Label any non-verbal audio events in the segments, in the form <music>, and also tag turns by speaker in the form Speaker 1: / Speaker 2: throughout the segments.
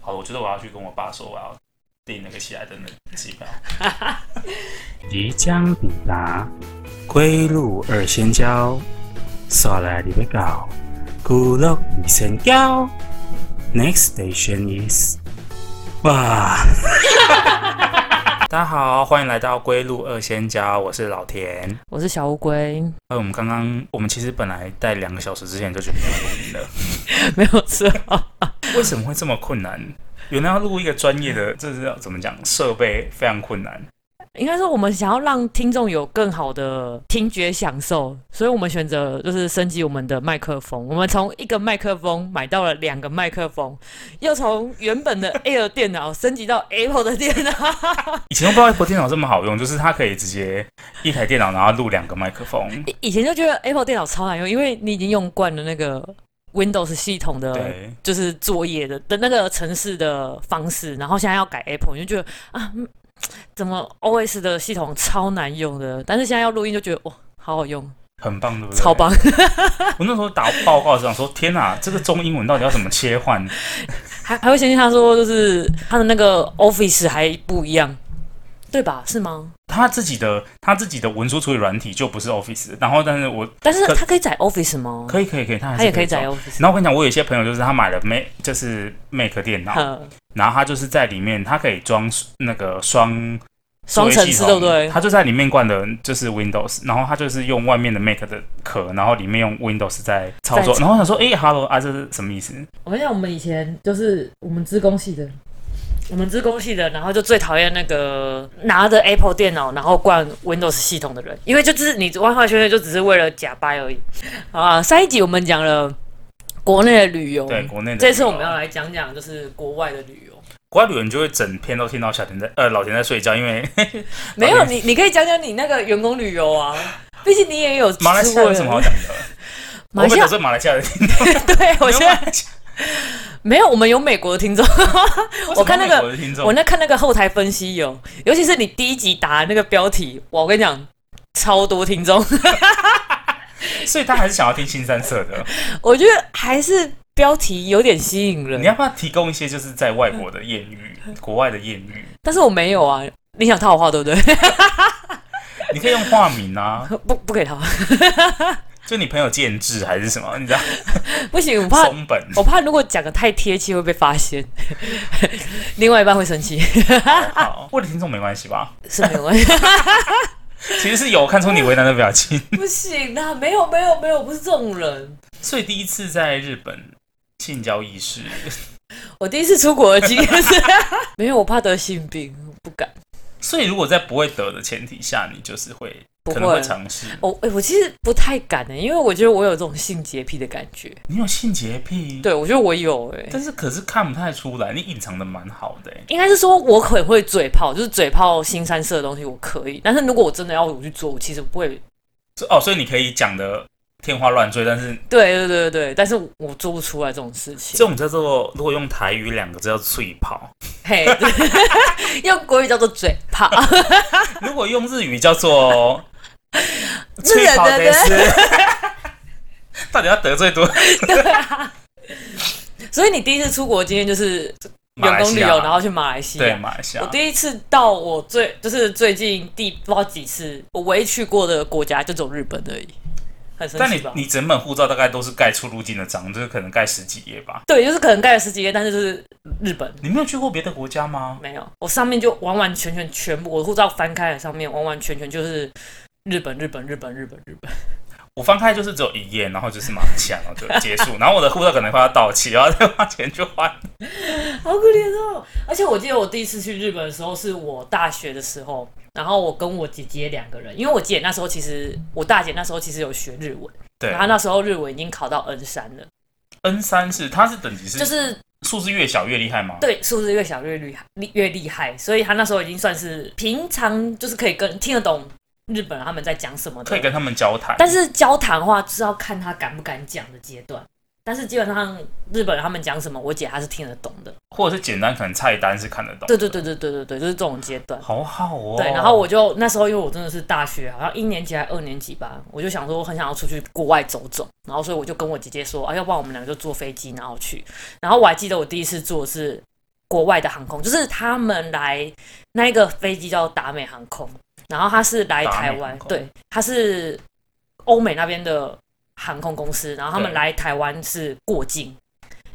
Speaker 1: 好，我觉得我要去跟我爸说，我要订那个喜来登的机票。
Speaker 2: 即将抵达归路二仙交，刷来你要到古乐二仙交。Next station is，哇！大家好，欢迎来到归路二仙交，我是老田。
Speaker 3: 我是小乌龟， <laughs>
Speaker 2: 呃，我们刚刚，我们其实本来在两个小时之前就决定要录音了，
Speaker 3: 没有吃好。
Speaker 2: 为什么会这么困难？原来要录一个专业
Speaker 3: 嗯
Speaker 2: 的，这是要怎么讲？设备非常困难。
Speaker 3: 应该说我们想要让听众有更好的听觉享受，所以我们选择就是升级我们的麦克风。我们从一个麦克风买到了两个麦克风，又从原本的 Air 电脑升级到 Apple 的电脑。
Speaker 2: 以前都不知道 Apple 电脑这么好用，就是它可以直接一台电脑，然后录两个麦克风。
Speaker 3: 以以前就觉得 Apple 电脑超难用，因为你已经用惯了那个 Windows 系统的
Speaker 2: 对，
Speaker 3: 就是作业的的那个城市的方式，然后现在要改 Apple，你就觉得啊，嗯怎么 OS 的系统超难用的？但是现在要录音就觉得哇，好好用，
Speaker 2: 很棒，对不对？
Speaker 3: 超！棒！ <laughs>
Speaker 2: 我那时候打报告想说，天哪，这个中英文到底要怎么切换？
Speaker 3: 还还会嫌弃他说，就是他的那个 Office 还不一样，对吧？是吗？
Speaker 2: 他自己的他自己的文书处理软体就不是 Office，然后但是我
Speaker 3: 但是
Speaker 2: 可
Speaker 3: 它可以载 Office 吗？
Speaker 2: 可以可以可以，他还
Speaker 3: 它
Speaker 2: 是
Speaker 3: 也可以
Speaker 2: 找
Speaker 3: 载。Office。
Speaker 2: 然后我跟你讲，我有一些朋友就是他买了 Mac，就是 Mac 电脑，
Speaker 3: 哼
Speaker 2: 然后他就是在里面，他可以装那个双
Speaker 3: 双层次对不对？
Speaker 2: 他就在里面灌的就是 Windows，然后他就是用外面的 Mac 的壳，然后里面用 Windows 在操作。
Speaker 3: 在
Speaker 2: 然后我想说，哎、哈 h e l l o 啊，这是什么意思？
Speaker 3: 我跟你讲，我们以前就是我们资工系的，我们资工系的，然后就最讨厌那个拿着 Apple 电脑然后灌 Windows 系统的人，因为就只是你外画圈圈就只是为了假掰而已。好啊，上一集我们讲了国内的旅游，
Speaker 2: 对，国内的
Speaker 3: 这次我们要来讲讲就是国外的旅游。
Speaker 2: 国外旅游，你就会整篇都听到小田在呃老田在睡觉，因为
Speaker 3: 没有你，你可以讲讲你那个员工旅
Speaker 2: <laughs>
Speaker 3: 游啊，毕竟你也有
Speaker 2: 马来西亚有什么好讲的？
Speaker 3: 马来西
Speaker 2: 我
Speaker 3: 亚
Speaker 2: 们得罪马来西亚人，
Speaker 3: <laughs> 对我现在
Speaker 2: 在
Speaker 3: 没有，我们有美国的听众。我看那个
Speaker 2: 我的听
Speaker 3: 我
Speaker 2: 众，
Speaker 3: 那看那个后台分析有，尤其是你第一集打那个标题，哇我跟你讲，超多听众， <laughs>
Speaker 2: 所以他还是想要听新三色的。
Speaker 3: 我觉得还是标题有点吸引人
Speaker 2: 你。要不要提供一些就是在外国的艳遇，国外的艳遇？
Speaker 3: 但是我没有啊，你想套我话对不 <laughs> 对？
Speaker 2: 你可以用化名啊，
Speaker 3: 不不给套， <laughs>
Speaker 2: 就你朋友建制还是什么？你知道
Speaker 3: 不行，我怕
Speaker 2: 松本。
Speaker 3: 我怕如果讲的太贴切会被发现， <laughs> 另外一半会生气， <laughs>
Speaker 2: 好，我的听众没关系吧？
Speaker 3: 是没有啊关系。
Speaker 2: 其实是有看出你为难的表情。
Speaker 3: <laughs> 不行啊，没有没有没有，我不是这种人。
Speaker 2: 所以第一次在日本性交仪式，
Speaker 3: 我第一次出国的经验
Speaker 2: <laughs>
Speaker 3: 是，没有，我怕得性病，不敢。
Speaker 2: 所以如果在不会得的前提下，你就是会
Speaker 3: 不
Speaker 2: 可能会
Speaker 3: 会，
Speaker 2: 尝试。
Speaker 3: 我、哎，我其实不太敢的、欸因为我觉得我有这种性洁癖的感觉。
Speaker 2: 你有性洁癖，，
Speaker 3: 对，我觉得我有哎、
Speaker 2: 但是可是看不太出来，你隐藏的蛮好的、欸。
Speaker 3: 应该是说我很会嘴炮，就是嘴炮新三色的东西我可以，但是如果我真的要我去做，我其实不会。
Speaker 2: 所以哦，所以你可以讲的天花乱坠，但是
Speaker 3: 对对对对，但是我做不出来这种事
Speaker 2: 这
Speaker 3: 情。
Speaker 2: 种叫做如果用台语两个字叫脆跑，
Speaker 3: 嘿， <laughs> 对用国语叫做嘴炮， <laughs>
Speaker 2: 如果用日语叫做
Speaker 3: 日
Speaker 2: 脆
Speaker 3: 人
Speaker 2: 跑
Speaker 3: 的
Speaker 2: 得
Speaker 3: 人，
Speaker 2: 是。 <laughs> 到底要得罪多
Speaker 3: 对啊。所以你第一次出国经验就是
Speaker 2: 马
Speaker 3: 员
Speaker 2: 来
Speaker 3: 工
Speaker 2: 西
Speaker 3: 旅
Speaker 2: 亚
Speaker 3: 游，然后去马来西
Speaker 2: 对
Speaker 3: 亚。
Speaker 2: 马来西亚
Speaker 3: 我，第一次到我最就是最近第不知道几次我唯一去过的国家就走日本而已，很神
Speaker 2: 但
Speaker 3: 奇
Speaker 2: 你
Speaker 3: 吧？
Speaker 2: 你整本护照大概都是盖出入境的章，就是可能盖十几页吧。
Speaker 3: 对，就是可能盖了十几页，但是就是日本
Speaker 2: 你没有去过别的国家吗？
Speaker 3: 没有，我上面就完完全全全部我的护照翻开了，上面完完全全就是日本日本日本日本日本，
Speaker 2: 我翻开就是只有一页，然后就是马来西亚，然后就结
Speaker 3: <laughs>
Speaker 2: 束。然后我的护照可能快要到期，然后再花钱去换。
Speaker 3: 好可怜哦！ <laughs> 而且我记得我第一次去日本的时候是我大学的时候，然后我跟我姐姐两个人，因为我姐那时候其实我大姐那时候其实有学日文，
Speaker 2: 对
Speaker 3: 然后那时候日文已经考到 N 三了，
Speaker 2: ，N 三是它是等级是，
Speaker 3: 就是
Speaker 2: 数字越小越厉害吗？
Speaker 3: 对，数字越小越厉害，厉越厉害，所以他那时候已经算是平常，就是可以跟听得懂日本人他们在讲什么
Speaker 2: 可以
Speaker 3: 的。
Speaker 2: 跟他们交谈。
Speaker 3: 但是交谈的话，就是要看他敢不敢讲的阶段。但是基本上日本人他们讲什么，我姐她是听得懂的。
Speaker 2: 或者是简单，可能菜单是看得懂。
Speaker 3: 对对对对对对对，就是这种阶段。
Speaker 2: 好好哦。
Speaker 3: 对，然后我就那时候因为我真的是大学，好像一年级还二年级吧，我就想说我很想要出去国外走走，然后所以我就跟我姐姐说，啊，要不然我们两个就坐飞机然后去。然后我还记得我第一次坐的是国外的航空，就是他们来那一个飞机叫达美航空，然后他是
Speaker 2: 达
Speaker 3: 来
Speaker 2: 美
Speaker 3: 台
Speaker 2: 航
Speaker 3: 湾，
Speaker 2: 空
Speaker 3: 对，他是欧美那边的航空公司，然后他们
Speaker 2: 对
Speaker 3: 来台湾是过境。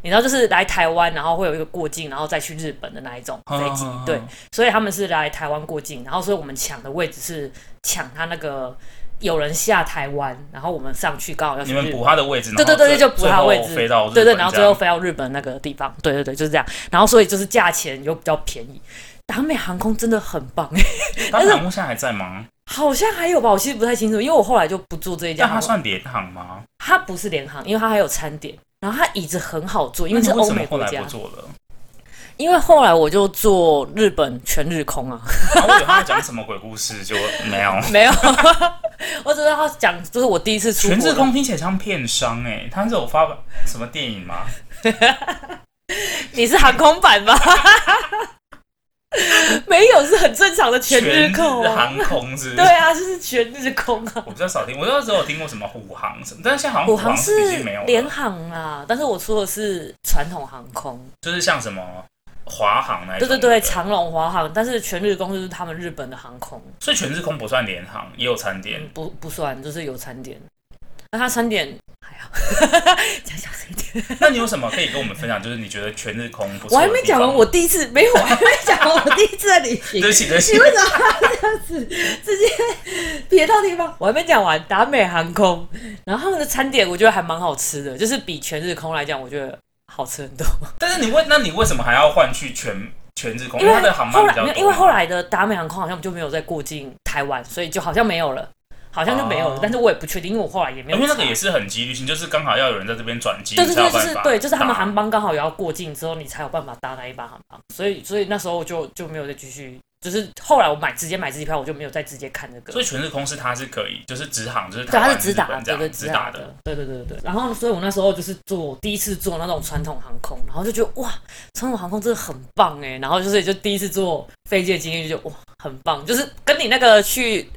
Speaker 3: 你知道，就是来台湾，然后会有一个过境，然后再去日本的那一种
Speaker 2: 啊
Speaker 3: 飞机，
Speaker 2: 嗯
Speaker 3: 对，所以他们是来台湾过境，然后所以我们抢的位置是抢他那个有人下台湾，然后我们上去刚好要
Speaker 2: 你
Speaker 3: 去
Speaker 2: 们
Speaker 3: 日
Speaker 2: 补
Speaker 3: 本。
Speaker 2: 他的位置，
Speaker 3: 对对
Speaker 2: 然后最
Speaker 3: 对，就补他位
Speaker 2: 最
Speaker 3: 置，
Speaker 2: 后飞到日
Speaker 3: 对对，
Speaker 2: 本
Speaker 3: 然后
Speaker 2: 这
Speaker 3: 最后
Speaker 2: 样
Speaker 3: 飞到日本那个地方，对对对，就是这样。然后所以就是价钱又比较便宜，达美航空真的很棒哎、
Speaker 2: 但是航空现在还在吗？
Speaker 3: <laughs> 好像还有吧，我其实不太清楚，因为我后来就不做这一家
Speaker 2: 但它
Speaker 3: 航空。
Speaker 2: 算联航吗？
Speaker 3: 它不是联航，因为它还有餐点，然后它椅子很好坐，因为
Speaker 2: 那
Speaker 3: 是
Speaker 2: 你为
Speaker 3: 欧
Speaker 2: 什
Speaker 3: 美
Speaker 2: 么后
Speaker 3: 国
Speaker 2: 来
Speaker 3: 家
Speaker 2: 不。做了？
Speaker 3: 因为后来我就做日本全日空啊，
Speaker 2: 然后我以为他要讲什么鬼故事，就没
Speaker 3: <laughs>
Speaker 2: 有。
Speaker 3: 没有，我只是要讲，就是我第一次出国
Speaker 2: 全
Speaker 3: 嘛，
Speaker 2: 智空听起来像片商哎、欸，他是有发什么电影吗？
Speaker 3: 你是航空版吗？ <laughs> 没有，是很正常的全日空啊。
Speaker 2: 航空是不是？
Speaker 3: 对啊，就是全日空啊。
Speaker 2: 我比较少听，我就只有听过什么虎航什么，但是现在好像
Speaker 3: 虎
Speaker 2: 航
Speaker 3: 航
Speaker 2: 已
Speaker 3: 是
Speaker 2: 经没有了
Speaker 3: 联航啦，但是我出的是传统航空，
Speaker 2: 就是像什么华航那一
Speaker 3: 对
Speaker 2: 种
Speaker 3: 对对，长龙、华航，但是全日空就是他们日本的航空，
Speaker 2: 所以全智空不算联航，也有餐
Speaker 3: 嗯
Speaker 2: 点，
Speaker 3: 不不算，就是有餐点。那它餐点还好， <laughs> 讲小声一点。
Speaker 2: 那你有什么可以跟我们分享？就是你觉得全日空不错的
Speaker 3: 嗯我
Speaker 2: 地方？
Speaker 3: 还没讲完，我第一次没有，我还没讲完我第一次的旅
Speaker 2: <laughs>
Speaker 3: 行
Speaker 2: 对。不起对不
Speaker 3: <laughs>
Speaker 2: 起
Speaker 3: 你，为什么要这样子直接别到地方？我还没讲完，达美航空，然后他们的餐点我觉得还蛮好吃的，就是比全日空来讲，我觉得好吃很多。
Speaker 2: 但是你为那你为什么还要换去全全日空？因
Speaker 3: 为
Speaker 2: 它的航
Speaker 3: 后
Speaker 2: 班
Speaker 3: 来
Speaker 2: 比较多
Speaker 3: 没有，因为后来的达美航空好像就没有再过境台湾，所以就好像没有了，好像就没有了。
Speaker 2: 哦
Speaker 3: 但是我也不确定，因为我后来也没有
Speaker 2: 因
Speaker 3: 查。
Speaker 2: 为那个也是很几率性，就是刚好要有人在这边转机，
Speaker 3: 对对
Speaker 2: 你才有
Speaker 3: 对，就
Speaker 2: 办
Speaker 3: 是
Speaker 2: 法
Speaker 3: 对，就是他们
Speaker 2: 打
Speaker 3: 航班刚好也要过境之后，你才有办法搭那一班航班。所以所以那时候就就没有再继续，就是后来我买直接买自己票，我就没有再直接看这个。
Speaker 2: 所以全日空是它是可以，就是直航，就是
Speaker 3: 对，
Speaker 2: 台
Speaker 3: 它
Speaker 2: 湾
Speaker 3: 是直达
Speaker 2: 日本这
Speaker 3: 的，
Speaker 2: 样
Speaker 3: 对，
Speaker 2: 直
Speaker 3: 直
Speaker 2: 达
Speaker 3: 达
Speaker 2: 的。
Speaker 3: 的，对对对对对。然后，所以我那时候就是坐第一次坐那种传统航空，然后就觉得哇，传统航空真的很棒哎。然后就是就第一次坐飞机的经验，就觉得哇，很棒，就是跟你那个去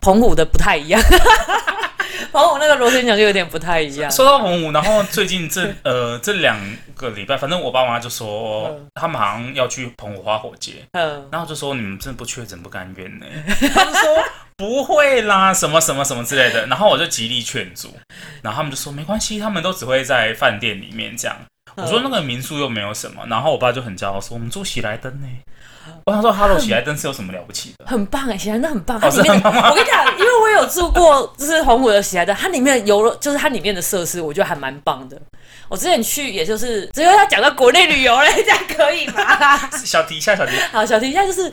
Speaker 3: 澎湖的不太一样。 <laughs> 澎湖那个螺旋桨就有点不太一样，
Speaker 2: <laughs> 说到澎湖，然后最近这 <laughs> 呃这两个礼拜，反正我爸妈就说、
Speaker 3: 嗯
Speaker 2: 他们好像要去澎湖花火节，
Speaker 3: 嗯，
Speaker 2: 然后就说你们真的不确诊不甘愿呢、 <laughs> 他们说不会啦，什么什么什么之类的，然后我就极力劝阻，然后他们就说没关系，他们都只会在饭店里面这样。
Speaker 3: 嗯
Speaker 2: 我说那个民宿又没有什么，然后我爸就很骄傲说我们住喜来登呢、我想说，Hello，喜来登是有什么了不起的？
Speaker 3: <laughs> 很棒哎，喜来登很棒。它里
Speaker 2: 是
Speaker 3: 面的，我跟你讲，因为我有住过，就是澎湖的喜来登，它里面的游乐，就是它里面的设施，我觉得还蛮棒的。我之前去，也就是只有要讲到国内旅游嘞，这样可以 <laughs> 吗？
Speaker 2: 小提一下，小提一下，
Speaker 3: 好，小提一下，就是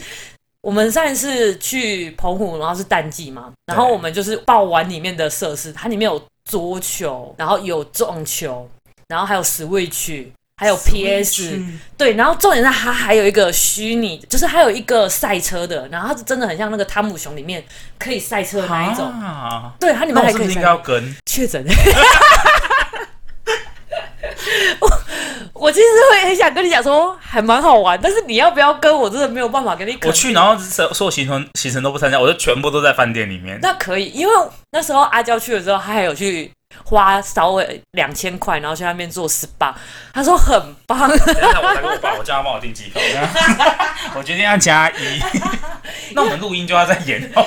Speaker 3: 我们上一次去澎湖，然后是淡季嘛，然后我们就是报完里面的设施，它里面有桌球，然后有撞球，然后还有 Switch，还有 PS，对，然后重点是它还有一个虚拟，就是还有一个赛车的，然后它是真的很像那个汤姆熊里面可以赛车的那一种。
Speaker 2: 啊
Speaker 3: 对，它里
Speaker 2: 那我
Speaker 3: 面还
Speaker 2: 是
Speaker 3: 可
Speaker 2: 不是
Speaker 3: 以
Speaker 2: 应
Speaker 3: 赛
Speaker 2: 该要跟？
Speaker 3: 确诊。我我其实会很想跟你讲说，还蛮好玩，但是你要不要跟我真的没有办法跟你
Speaker 2: 我
Speaker 3: 讲。
Speaker 2: 去，然后所所有行程行程都不参加，我就全部都在饭店里面。
Speaker 3: 那可以，因为那时候阿娇去的时候，她还有去花稍微两千块，然后去那边做 SPA，她说很棒， <laughs>
Speaker 2: 等一下我打给我爸，我叫他帮我订机 <laughs> 票。我跟他我决定要加 <laughs> 一。那我们录音就要再演哦。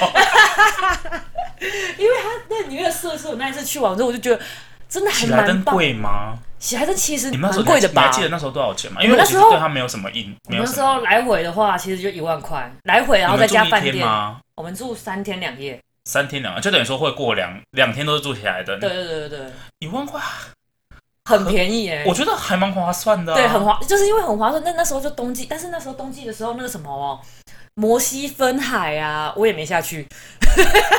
Speaker 3: 因为她那里面的设施，我那一次去完之后，我就觉得真的还
Speaker 2: 喜来
Speaker 3: 蛮
Speaker 2: 登
Speaker 3: 棒。
Speaker 2: 贵吗？
Speaker 3: 喜来登其实
Speaker 2: 你们那时
Speaker 3: 蛮
Speaker 2: 候
Speaker 3: 贵的
Speaker 2: 你还
Speaker 3: 吧？
Speaker 2: 记得那时候多少钱吗？因为
Speaker 3: 我
Speaker 2: 我
Speaker 3: 那
Speaker 2: 其
Speaker 3: 时
Speaker 2: 实
Speaker 3: 候
Speaker 2: 对他没有什么印，没有
Speaker 3: 那
Speaker 2: 什
Speaker 3: 时
Speaker 2: 么。
Speaker 3: 候来回的话，其实就一万块，来回然后
Speaker 2: 你
Speaker 3: 再
Speaker 2: 们住
Speaker 3: 加饭
Speaker 2: 一
Speaker 3: 店
Speaker 2: 天。吗？
Speaker 3: 我们住三天两夜，
Speaker 2: 三天两夜，就等于说会过两两天都是住喜来登。
Speaker 3: 对，对对对对，
Speaker 2: 一万块，
Speaker 3: 很便宜哎、
Speaker 2: 我觉得还蛮划算的啊。
Speaker 3: 对，很划，就是因为很划算。但那时候就冬季，但是那时候冬季的时候，那个什么哦，摩西分海啊，我也没下去。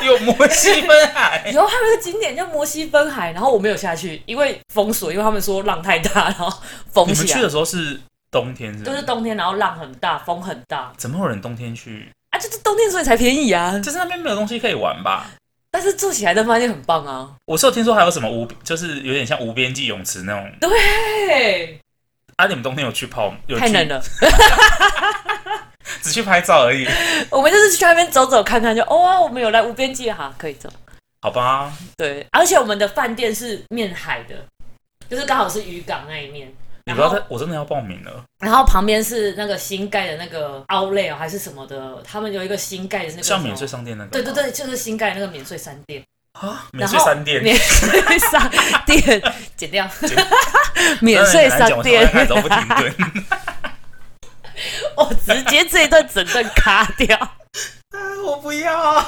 Speaker 2: 有摩西分
Speaker 3: <laughs>
Speaker 2: 海。
Speaker 3: 然后还有一个景点叫摩西分海，然后我没有下去，因为封锁，因为他们说浪太大，然后封
Speaker 2: 你们
Speaker 3: 起
Speaker 2: 去
Speaker 3: 来。
Speaker 2: 的时候是冬天是不？
Speaker 3: 就是是冬天，然后浪很大，风很大
Speaker 2: 怎么会有人冬天去？
Speaker 3: 啊！就是冬天所以才便宜啊。
Speaker 2: 就是那边没有东西可以玩吧？
Speaker 3: 但是住起来的发现很棒啊。
Speaker 2: 我是有听说还有什么无，就是有点像无边际泳池那种。
Speaker 3: 对，
Speaker 2: 啊，你们冬天有去泡？有去
Speaker 3: 太冷了。
Speaker 2: 只去拍照而已。 <laughs>
Speaker 3: 我们就是去那边走走看看就，哦啊，我们有来无边界哈，可以走。
Speaker 2: 好吧，
Speaker 3: 对，而且我们的饭店是面海的，就是刚好是渔港那一面，
Speaker 2: 你
Speaker 3: 然
Speaker 2: 不要
Speaker 3: 后
Speaker 2: 再，我真的要报名了。
Speaker 3: 然后旁边是那个新盖的那个 Outlet 哦还是什么的，他们有一个新盖的那个
Speaker 2: 像免税
Speaker 3: 什么
Speaker 2: 商店那个，
Speaker 3: 对对，对，就是新盖的那个免税商店。
Speaker 2: 啊，免
Speaker 3: 然
Speaker 2: 税
Speaker 3: 后
Speaker 2: 商店，
Speaker 3: 免 <laughs> 税商店，
Speaker 2: <laughs>
Speaker 3: 剪掉， <laughs> 免
Speaker 2: 当然
Speaker 3: 税
Speaker 2: 很难讲
Speaker 3: 商店
Speaker 2: 我，从头到尾都不停顿。
Speaker 3: <laughs> 我直接这一段整段卡掉，
Speaker 2: <laughs> 我不要。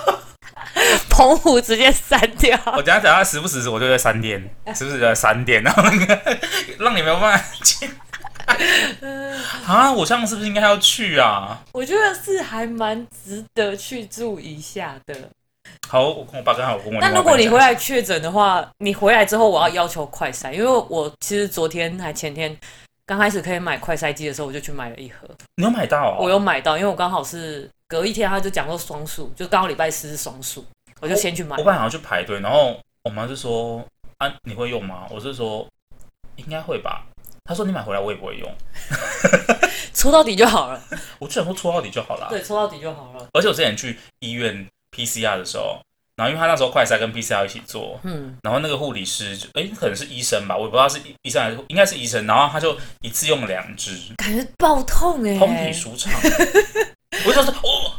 Speaker 3: 澎湖直接删掉。
Speaker 2: 我等一下等一下时不时我就在三
Speaker 3: <laughs>
Speaker 2: 店，时不时就在三店，然后那个 <laughs> 让你没有办法
Speaker 3: <laughs>
Speaker 2: 进。啊，我上次是不是应该要去啊？
Speaker 3: 我觉得是还蛮值得去住一下的。
Speaker 2: 好，我跟我爸跟好，我哦跟我
Speaker 3: 那
Speaker 2: 另外
Speaker 3: 如
Speaker 2: 一半
Speaker 3: 果你
Speaker 2: 讲
Speaker 3: 回来确诊的话，你回来之后我要要求快筛，因为我其实昨天还前天刚开始可以买快筛机的时候，我就去买了一盒，
Speaker 2: 你有买到、哦？
Speaker 3: 我有买到，因为我刚好是隔一天他就讲说双数，就刚好礼拜四是双数，我就先去买
Speaker 2: 我。本来想去排队，然后我妈就说：“啊，你会用吗？”我是说应该会吧。她说：“你买回来我也不会用。
Speaker 3: 抽到底就好了，”
Speaker 2: 我就想说搓到底就好啦。
Speaker 3: 对，抽到底就好了。
Speaker 2: 而且我之前去医院 PCR 的时候，然后因为他那时候快筛跟 PCR 一起做，
Speaker 3: 嗯，
Speaker 2: 然后那个护理师就，哎、可能是医生吧，我也不知道是医医生还是应该是医生，然后他就一次用两支，
Speaker 3: 感觉爆痛哎、
Speaker 2: 通体舒畅。 <laughs> 我就说，哦，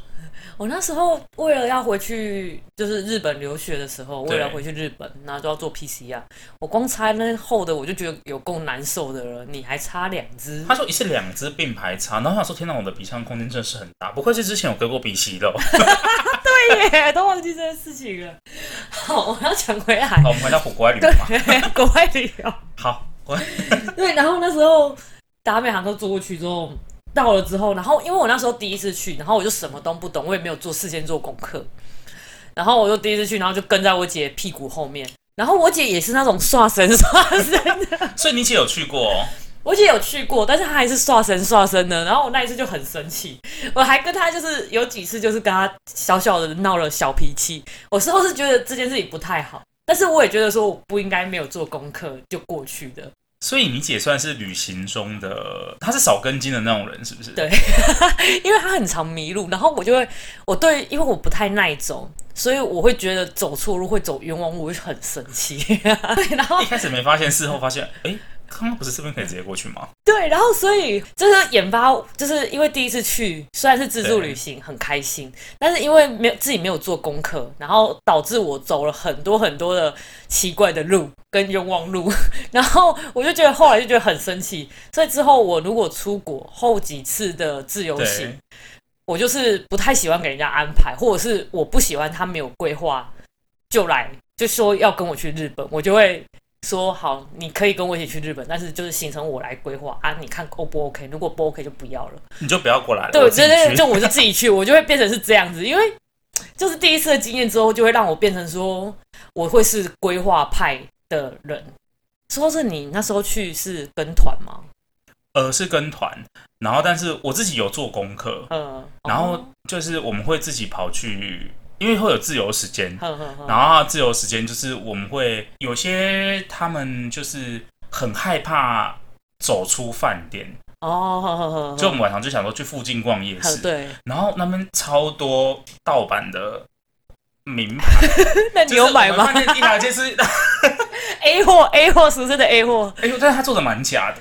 Speaker 3: 我那时候为了要回去，就是日本留学的时候，
Speaker 2: 对
Speaker 3: 为了回去日本，然后就要做 PCR。我光擦那厚的，我就觉得有够难受的了，你还擦两支
Speaker 2: 他，说一次两支并排插，然后我想说，天哪，我的鼻腔空间真的是很大，不愧是之前有割过鼻息哦肉。哎
Speaker 3: 对 <laughs> 耶，都忘记这件事情了。好，我要讲回来，
Speaker 2: 好，我们回到火锅旅游嘛。
Speaker 3: 对，国外旅游。
Speaker 2: 好，我
Speaker 3: 对，然后那时候达美航都坐过去之后，到了之后，然后因为我那时候第一次去，然后我就什么都不懂，我也没有做事先做功课，然后我就第一次去，然后就跟在我姐屁股后面，然后我姐也是那种刷神刷神的，
Speaker 2: 所以你姐有去过、哦，
Speaker 3: 我姐有去过，但是她还是刷神刷神的，然后我那一次就很生气，我还跟她就是有几次就是跟她小小的闹了小脾气，我事后是觉得这件事情不太好。但是我也觉得说我不应该没有做功课就过去的，
Speaker 2: 所以你姐算是旅行中的，她是少根筋的那种人，是不是？
Speaker 3: 对因为他很常迷路，然后我就会，我对，因为我不太耐走，所以我会觉得走错路会走冤枉路，我就很生气。 <laughs> 对，然后
Speaker 2: 一开始没发现，事后发现，哎、刚刚不是这边可以直接过去吗？
Speaker 3: 对，然后所以就是研发，就是因为第一次去，虽然是自助旅行，很开心，但是因为没有自己没有做功课，然后导致我走了很多很多的奇怪的路跟冤枉路， <laughs> 然后我就觉得后来就觉得很生气，所以之后我如果出国后几次的自由行
Speaker 2: 对，，
Speaker 3: 我就是不太喜欢给人家安排，或者是我不喜欢他没有规划就来，就说要跟我去日本，我就会说好，你可以跟我一起去日本，但是就是行程我来规划啊，你看 O 不 OK？如果不 OK 就不要了。
Speaker 2: 你就不要过来了。
Speaker 3: 对，我
Speaker 2: 我自己
Speaker 3: 觉得
Speaker 2: 去
Speaker 3: 就我就自己去，我就会变成是这样子，因为就是第一次的经验之后，就会让我变成说我会是规划派的人。说是你那时候去是跟团吗？
Speaker 2: 呃，是跟团，然后但是我自己有做功课，
Speaker 3: 呃，
Speaker 2: 然后
Speaker 3: 哦，
Speaker 2: 就是我们会自己跑去，因为会有自由时间，
Speaker 3: 呵呵呵，
Speaker 2: 然后自由时间就是我们会有些他们就是很害怕走出饭店，
Speaker 3: 哦，呵呵呵，
Speaker 2: 就我们晚上就想说去附近逛夜
Speaker 3: 呵
Speaker 2: 市，
Speaker 3: 对，
Speaker 2: 然后那边超多盗版的名
Speaker 3: <laughs>
Speaker 2: 牌，
Speaker 3: 那
Speaker 2: 就
Speaker 3: 你
Speaker 2: 是
Speaker 3: 有
Speaker 2: 我
Speaker 3: 买
Speaker 2: 们
Speaker 3: 吗
Speaker 2: 饭店一条街是， <laughs>
Speaker 3: ？A 货 A 货俗称的 A 货
Speaker 2: 哎呦，但是他做的蛮假的，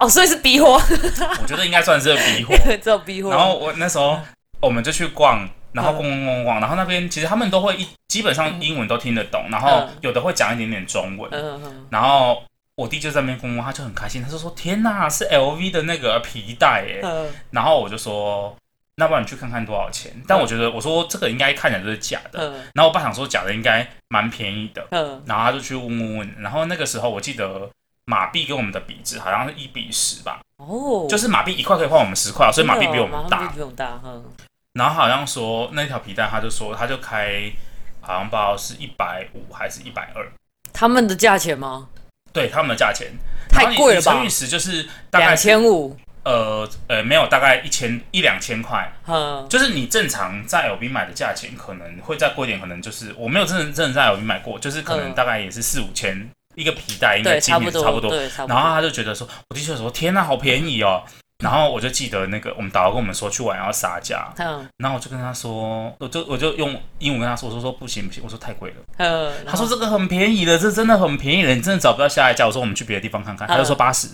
Speaker 3: 哦，所以是 B 货， <laughs>
Speaker 2: 我觉得应该算是逼货。
Speaker 3: 只有 B 货。
Speaker 2: 然后我那时候我们就去逛，然后逛逛逛逛，然后那边其实他们都会一基本上英文都听得懂，然后有的会讲一点点中文，
Speaker 3: 嗯，嗯，
Speaker 2: 然后。我弟就在那边逛逛，他就很开心，他就说：“天哪，是 LV 的那个皮带耶！”
Speaker 3: 嗯
Speaker 2: 然后我就说：“那不然你去看看多少钱？”但我觉得我说这个应该看起来就是假的，
Speaker 3: 嗯
Speaker 2: 然后我爸想说假的应该蛮便宜的，
Speaker 3: 嗯，
Speaker 2: 然后他就去问问问，然后那个时候我记得马币跟我们的比值好像是一比十吧，
Speaker 3: 哦，
Speaker 2: 就是马币一块可以换我们十块，啊所以马币比我们
Speaker 3: 真的哦马
Speaker 2: 大
Speaker 3: 币。比我们大，嗯，
Speaker 2: 然后好像说那条皮带，他就说他就开好像不知道是一百五还是一百二，
Speaker 3: 他们的价钱吗？
Speaker 2: 对他们的价钱
Speaker 3: 太贵了吧
Speaker 2: 然后你你乘以十就是大概
Speaker 3: 两
Speaker 2: 是
Speaker 3: 千五，
Speaker 2: 呃呃没有大概一千一两千块，
Speaker 3: 嗯，
Speaker 2: 就是你正常在 LV 买的价钱可能会再贵一点，可能就是我没有真的真的在 LV 买过，就是可能
Speaker 3: 嗯
Speaker 2: 大概也是四五千一个皮带，应该
Speaker 3: 对，
Speaker 2: 今
Speaker 3: 差
Speaker 2: 年
Speaker 3: 不多，
Speaker 2: 差不多。
Speaker 3: 对，差不
Speaker 2: 然后
Speaker 3: 多。
Speaker 2: 他就觉得说，我的确说天哪、好便宜哦。然后我就记得那个我们导游跟我们说去玩要杀价，
Speaker 3: 嗯
Speaker 2: 然后我就跟他说，我就我就用英文跟他说，我说说不行不行，我说太贵了。
Speaker 3: 嗯，
Speaker 2: 他说这个很便宜的，这真的很便宜的，你真的找不到下一家。我说我们去别的地方看看，他
Speaker 3: 嗯
Speaker 2: 就说八十，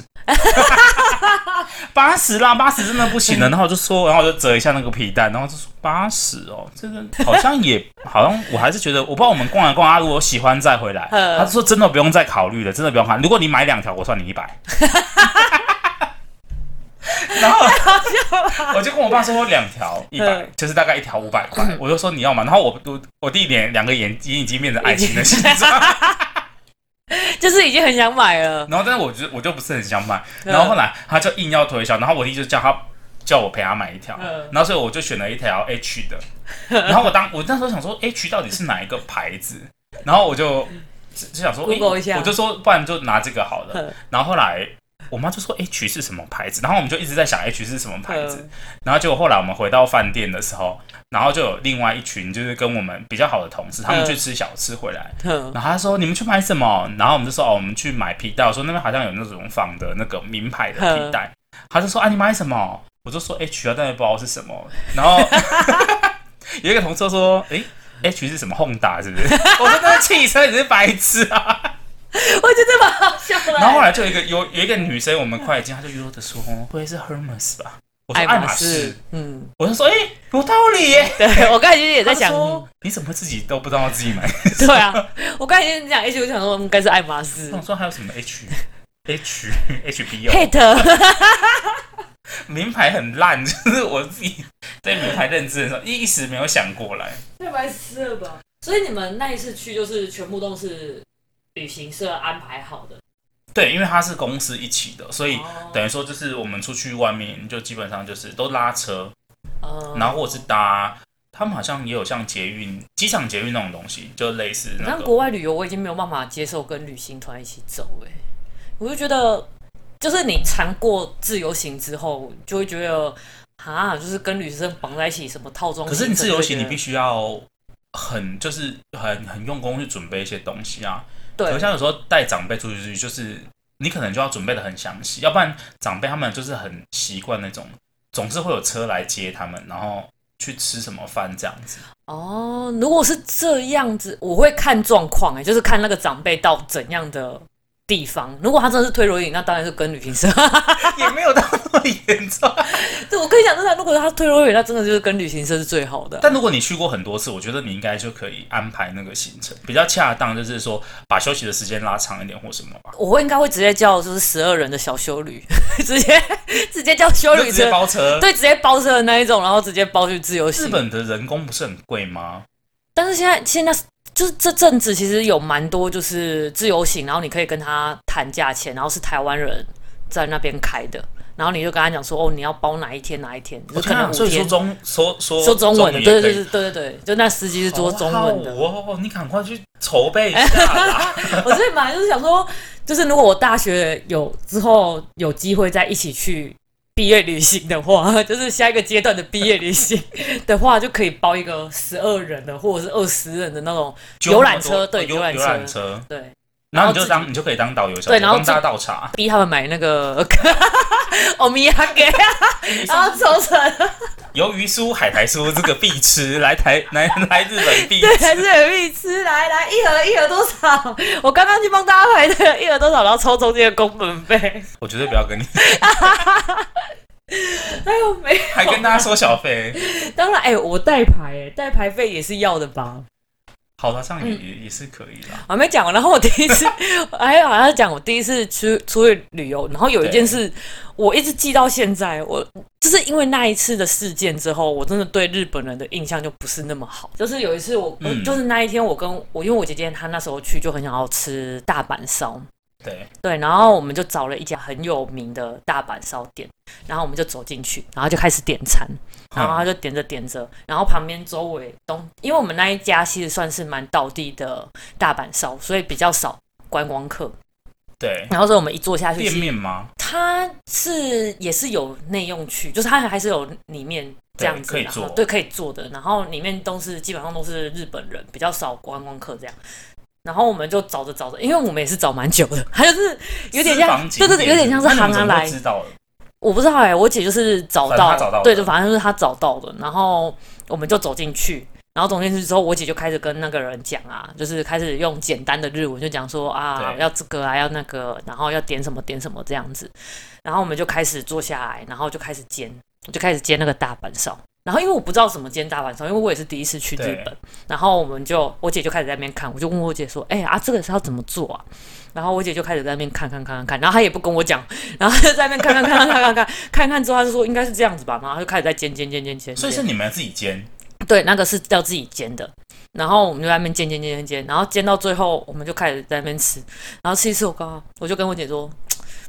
Speaker 2: 八十啦，八十真的不行了。然后我就说，然后我就折一下那个皮带，然后就说八十哦，这个好像也好像我还是觉得，我不知道我们逛来逛啊，如果喜欢再回来。
Speaker 3: 嗯
Speaker 2: 他就说真的不用再考虑了，真的不用考虑。如果你买两条，我算你一百。然
Speaker 3: <laughs>
Speaker 2: 后我就跟我爸说两条一百
Speaker 3: 嗯，
Speaker 2: 就是大概一条五百块。我就说你要嘛，然后我我我弟脸两个眼睛已经变成爱情的形状，
Speaker 3: <laughs> 就是已经很想买了，
Speaker 2: 然后但是我觉得我就不是很想买，
Speaker 3: 嗯
Speaker 2: 然后后来他就硬要推销，然后我弟就叫他叫我陪他买一条
Speaker 3: 嗯，
Speaker 2: 然后所以我就选了一条 H 的，然后我当我那时候想说 H 到底是哪一个牌子，然后我就就就想说诶
Speaker 3: Google 一下
Speaker 2: 我就说不然就拿这个好了
Speaker 3: 嗯，
Speaker 2: 然后后来。我妈就说 H 是什么牌子，然后我们就一直在想 H 是什么牌
Speaker 3: 嗯
Speaker 2: 子，然后结果后来我们回到饭店的时候，然后就有另外一群就是跟我们比较好的同事，他们
Speaker 3: 嗯
Speaker 2: 去吃小吃回来，
Speaker 3: 嗯
Speaker 2: 然后他说你们去买什么？然后我们就说哦，我们去买皮带。我说那边好像有那种仿的那个名牌的皮带。他就说啊，你买什么？我就说 H 啊，但也不知道是什么。然后 <laughs> 有一个同事说，诶 h 是什么？Honda 是不是？我说那是汽车，你是白痴啊！
Speaker 3: <laughs> 我觉得蛮好笑的。欸
Speaker 2: 然后后来就有一个有有一个女生，我们快进，她就悠悠的说，哦不会是 Hermes 吧？我说爱
Speaker 3: 哎
Speaker 2: 马仕，，
Speaker 3: 嗯，
Speaker 2: 我就说诶，有道理耶。
Speaker 3: 对我刚才其实也在想
Speaker 2: 她，说你怎么会自己都不知道自己买？
Speaker 3: 对啊，我刚才也在讲 H，我想说应嗯该是爱马仕
Speaker 2: 我说还有什么 H H H B O？
Speaker 3: ，Hate，
Speaker 2: 名牌很烂， <laughs> 就是我自己对名牌认知的时候，一一时没有想过来。
Speaker 3: 太白痴了吧？所以你们那一次去就是全部都是旅行社安排好的，
Speaker 2: 对，因为它是公司一起的，所以
Speaker 3: 哦
Speaker 2: 等于说就是我们出去外面就基本上就是都拉车，
Speaker 3: 嗯
Speaker 2: 然后或者是搭，他们好像也有像捷运、机场捷运那种东西，就类似
Speaker 3: 你
Speaker 2: 那
Speaker 3: 看
Speaker 2: 个。
Speaker 3: 国外旅游，我已经没有办法接受跟旅行团一起走、哎，我就觉得，就是你尝过自由行之后，就会觉得，啊，就是跟旅行社绑在一起，什么套装
Speaker 2: 可
Speaker 3: 行程。
Speaker 2: 是你自由行，你
Speaker 3: 就
Speaker 2: 必
Speaker 3: 觉
Speaker 2: 须要很就是很很用功去准备一些东西啊。可
Speaker 3: 得
Speaker 2: 是
Speaker 3: 对，
Speaker 2: 像有时候带长辈出去，就是你可能就要准备的很详细，要不然长辈他们就是很习惯那种，总是会有车来接他们，然后去吃什么饭这样
Speaker 3: <laughs>
Speaker 2: 子。
Speaker 3: 哦，如果是这样子，我会看状况，哎，就是看那个长辈到怎样的地方。如果他真的是推轮椅，那当然是跟旅行社。
Speaker 2: 也没有到那么严重。
Speaker 3: 对，我跟你讲，真的，如果他推轮椅，那真的就是跟旅行社是最好的。
Speaker 2: 但如果你去过很多次，我觉得你应该就可以安排那个行程比较恰当，就是说把休息的时间拉长一点或什么吧。
Speaker 3: 我会应该会直接叫就是十二人的小修旅， <laughs> 直接直接叫修
Speaker 2: 就
Speaker 3: 旅
Speaker 2: 直
Speaker 3: 车
Speaker 2: 接，包车。
Speaker 3: 对，直接包车的那一种，然后直接包去自由
Speaker 2: 日
Speaker 3: 行。
Speaker 2: 本的人工不是很贵吗？
Speaker 3: 但是现在现在就是这阵子其实有蛮多就是自由行，然后你可以跟他谈价钱，然后是台湾人在那边开的，然后你就跟他讲说哦，你要包哪一天哪一天，你就可
Speaker 2: 天
Speaker 3: 能
Speaker 2: 啊
Speaker 3: 五
Speaker 2: 所以说
Speaker 3: 天。
Speaker 2: 中说说
Speaker 3: 说中文的，
Speaker 2: 也
Speaker 3: 对
Speaker 2: 可
Speaker 3: 对
Speaker 2: 以
Speaker 3: 对对对对，就那司机是说中文的。
Speaker 2: 好好哦，你赶快去筹备一
Speaker 3: <laughs>
Speaker 2: 下啦。
Speaker 3: 我所以本来就是想说，就是如果我大学有之后有机会再一起去毕业旅行的话， <laughs> 就是下一个阶段的毕业旅行的话，就可以包一个十二人的或者是二十人的那种游览车，对，
Speaker 2: 哦游
Speaker 3: 游览
Speaker 2: 游览
Speaker 3: 车，
Speaker 2: 车，
Speaker 3: 对，
Speaker 2: 然后你
Speaker 3: 然后
Speaker 2: 就
Speaker 3: 自
Speaker 2: 当你就可以当导游小姐，
Speaker 3: 对然后
Speaker 2: 帮大家
Speaker 3: 自
Speaker 2: 倒茶。
Speaker 3: 逼他们买那个 <laughs> 欧米亚给，然后抽成，
Speaker 2: 鱿鱼酥、海苔酥这个必吃，来台来来日本必
Speaker 3: 对，
Speaker 2: 吃。
Speaker 3: 还是有一吃，来来一盒一盒多少？我刚刚去帮大家排的，一盒多少，然后抽中间的工本费，
Speaker 2: 我绝对不要跟你，
Speaker 3: 哎呦没
Speaker 2: 还跟大家收小费。
Speaker 3: 当然，哎、我代牌，哎，代牌费也是要的吧？
Speaker 2: 好啦，这样也
Speaker 3: 嗯
Speaker 2: 也也是可以啦。
Speaker 3: 我还没讲完，然后我第一次， <laughs> 还有好像讲我第一次出出去旅游，然后有一件事我一直记到现在，我就是因为那一次的事件之后，我真的对日本人的印象就不是那么好。就是有一次我，
Speaker 2: 嗯
Speaker 3: 我就是那一天我跟我因为我姐姐她那时候去就很想要吃大阪烧，
Speaker 2: 对，
Speaker 3: 对，然后我们就找了一家很有名的大阪烧店，然后我们就走进去，然后就开始点餐，然
Speaker 2: 嗯
Speaker 3: 后他就点着点着，然后旁边周围东，因为我们那一家其实算是蛮道地的大阪烧，所以比较少观光客。
Speaker 2: 对，
Speaker 3: 然后所以我们一坐下去，
Speaker 2: 店
Speaker 3: 其实
Speaker 2: 面吗？
Speaker 3: 它是也是有内用区，就是它还是有里面这样
Speaker 2: 对
Speaker 3: 子，
Speaker 2: 可以
Speaker 3: 然后
Speaker 2: 坐
Speaker 3: 对可以坐的，然后里面都是基本上都是日本人，比较少观光客这样。然后我们就找着找着，因为我们也是找蛮久的，它就是有点 <laughs>
Speaker 2: 私
Speaker 3: 像
Speaker 2: 房，景
Speaker 3: 对对对，有点像是
Speaker 2: 那你
Speaker 3: 行
Speaker 2: 们怎
Speaker 3: 行
Speaker 2: 么会
Speaker 3: 来，
Speaker 2: 知道了
Speaker 3: 我不知道哎、我姐就是找
Speaker 2: 反正
Speaker 3: 到，
Speaker 2: 她找到的
Speaker 3: 对，就反正就是她找到的，然后我们就走进去。然后走进去之后，我姐就开始跟那个人讲啊，就是开始用简单的日文就讲说啊，
Speaker 2: 对
Speaker 3: 要这个啊，要那个，然后要点什么点什么这样子。然后我们就开始坐下来，然后就开始煎，我就开始煎那个大阪烧。然后因为我不知道怎么煎大阪烧，因为我也是第一次去日
Speaker 2: 对
Speaker 3: 本，然后我们就我姐就开始在那边看，我就问我姐说：“哎、啊，这个是要怎么做啊？”然后我姐就开始在那边看看看看看，然后她也不跟我讲，然后她就在那边看看看看看看看看看之后，她就说应该是这样子吧，然后她就开始在煎煎煎煎煎煎，
Speaker 2: 所以是你们自己煎，
Speaker 3: 对，那个是要自己煎的。然后我们就在那边煎煎煎煎煎，然后煎到最后，我们就开始在那边吃，然后吃一吃，我刚好我就跟我姐说。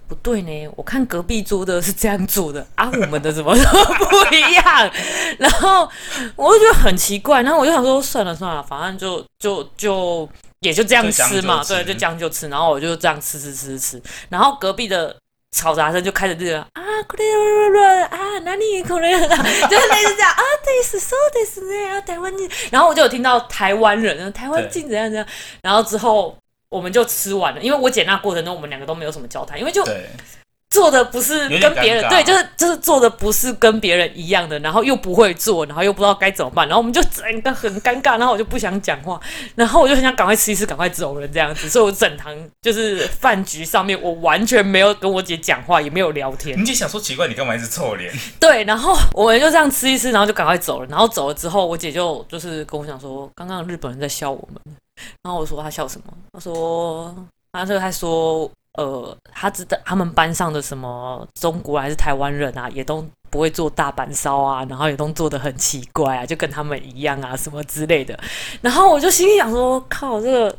Speaker 3: 不对呢，我看隔壁桌的是这样做的啊，我们的怎么都 <laughs> 不一样。然后我就觉得很奇怪，然后我就想说算了算了，反正就就就也就这样
Speaker 2: 就将
Speaker 3: 吃
Speaker 2: 就
Speaker 3: 嘛，
Speaker 2: 吃
Speaker 3: 对，就将就吃。然后我就这样吃吃吃吃，然后隔壁的嘈杂声就开始这个啊，これ啊，哪里これ <laughs> 就是类似这样啊，对是说的是那样，啊台湾人。然后我就有听到台湾人，啊台湾进怎样怎样。然后之后我们就吃完了，因为我姐那过程中我们两个都没有什么交谈，因为就
Speaker 2: 对，
Speaker 3: 做的不是
Speaker 2: 有点
Speaker 3: 跟别人
Speaker 2: 尴尬
Speaker 3: 对，就是就是做的不是跟别人一样的，然后又不会做，然后又不知道该怎么办，然后我们就整个很尴尬，然后我就不想讲话，然后我就很想赶快吃一吃，赶快走人这样子，所以我整堂就是饭局上面，我完全没有跟我姐讲话，也没有聊天。
Speaker 2: 你就想说奇怪，你干嘛一直臭脸？
Speaker 3: <laughs> 对，然后我们就这样吃一吃，然后就赶快走了。然后走了之后，我姐就就是跟我讲说，刚刚日本人在笑我们。然后我说他笑什么？他说他就他说呃，他知道他们班上的什么中国还是台湾人啊，也都不会做大阪烧啊，然后也都做的很奇怪啊，就跟他们一样啊，什么之类的。然后我就心里想说，靠，这个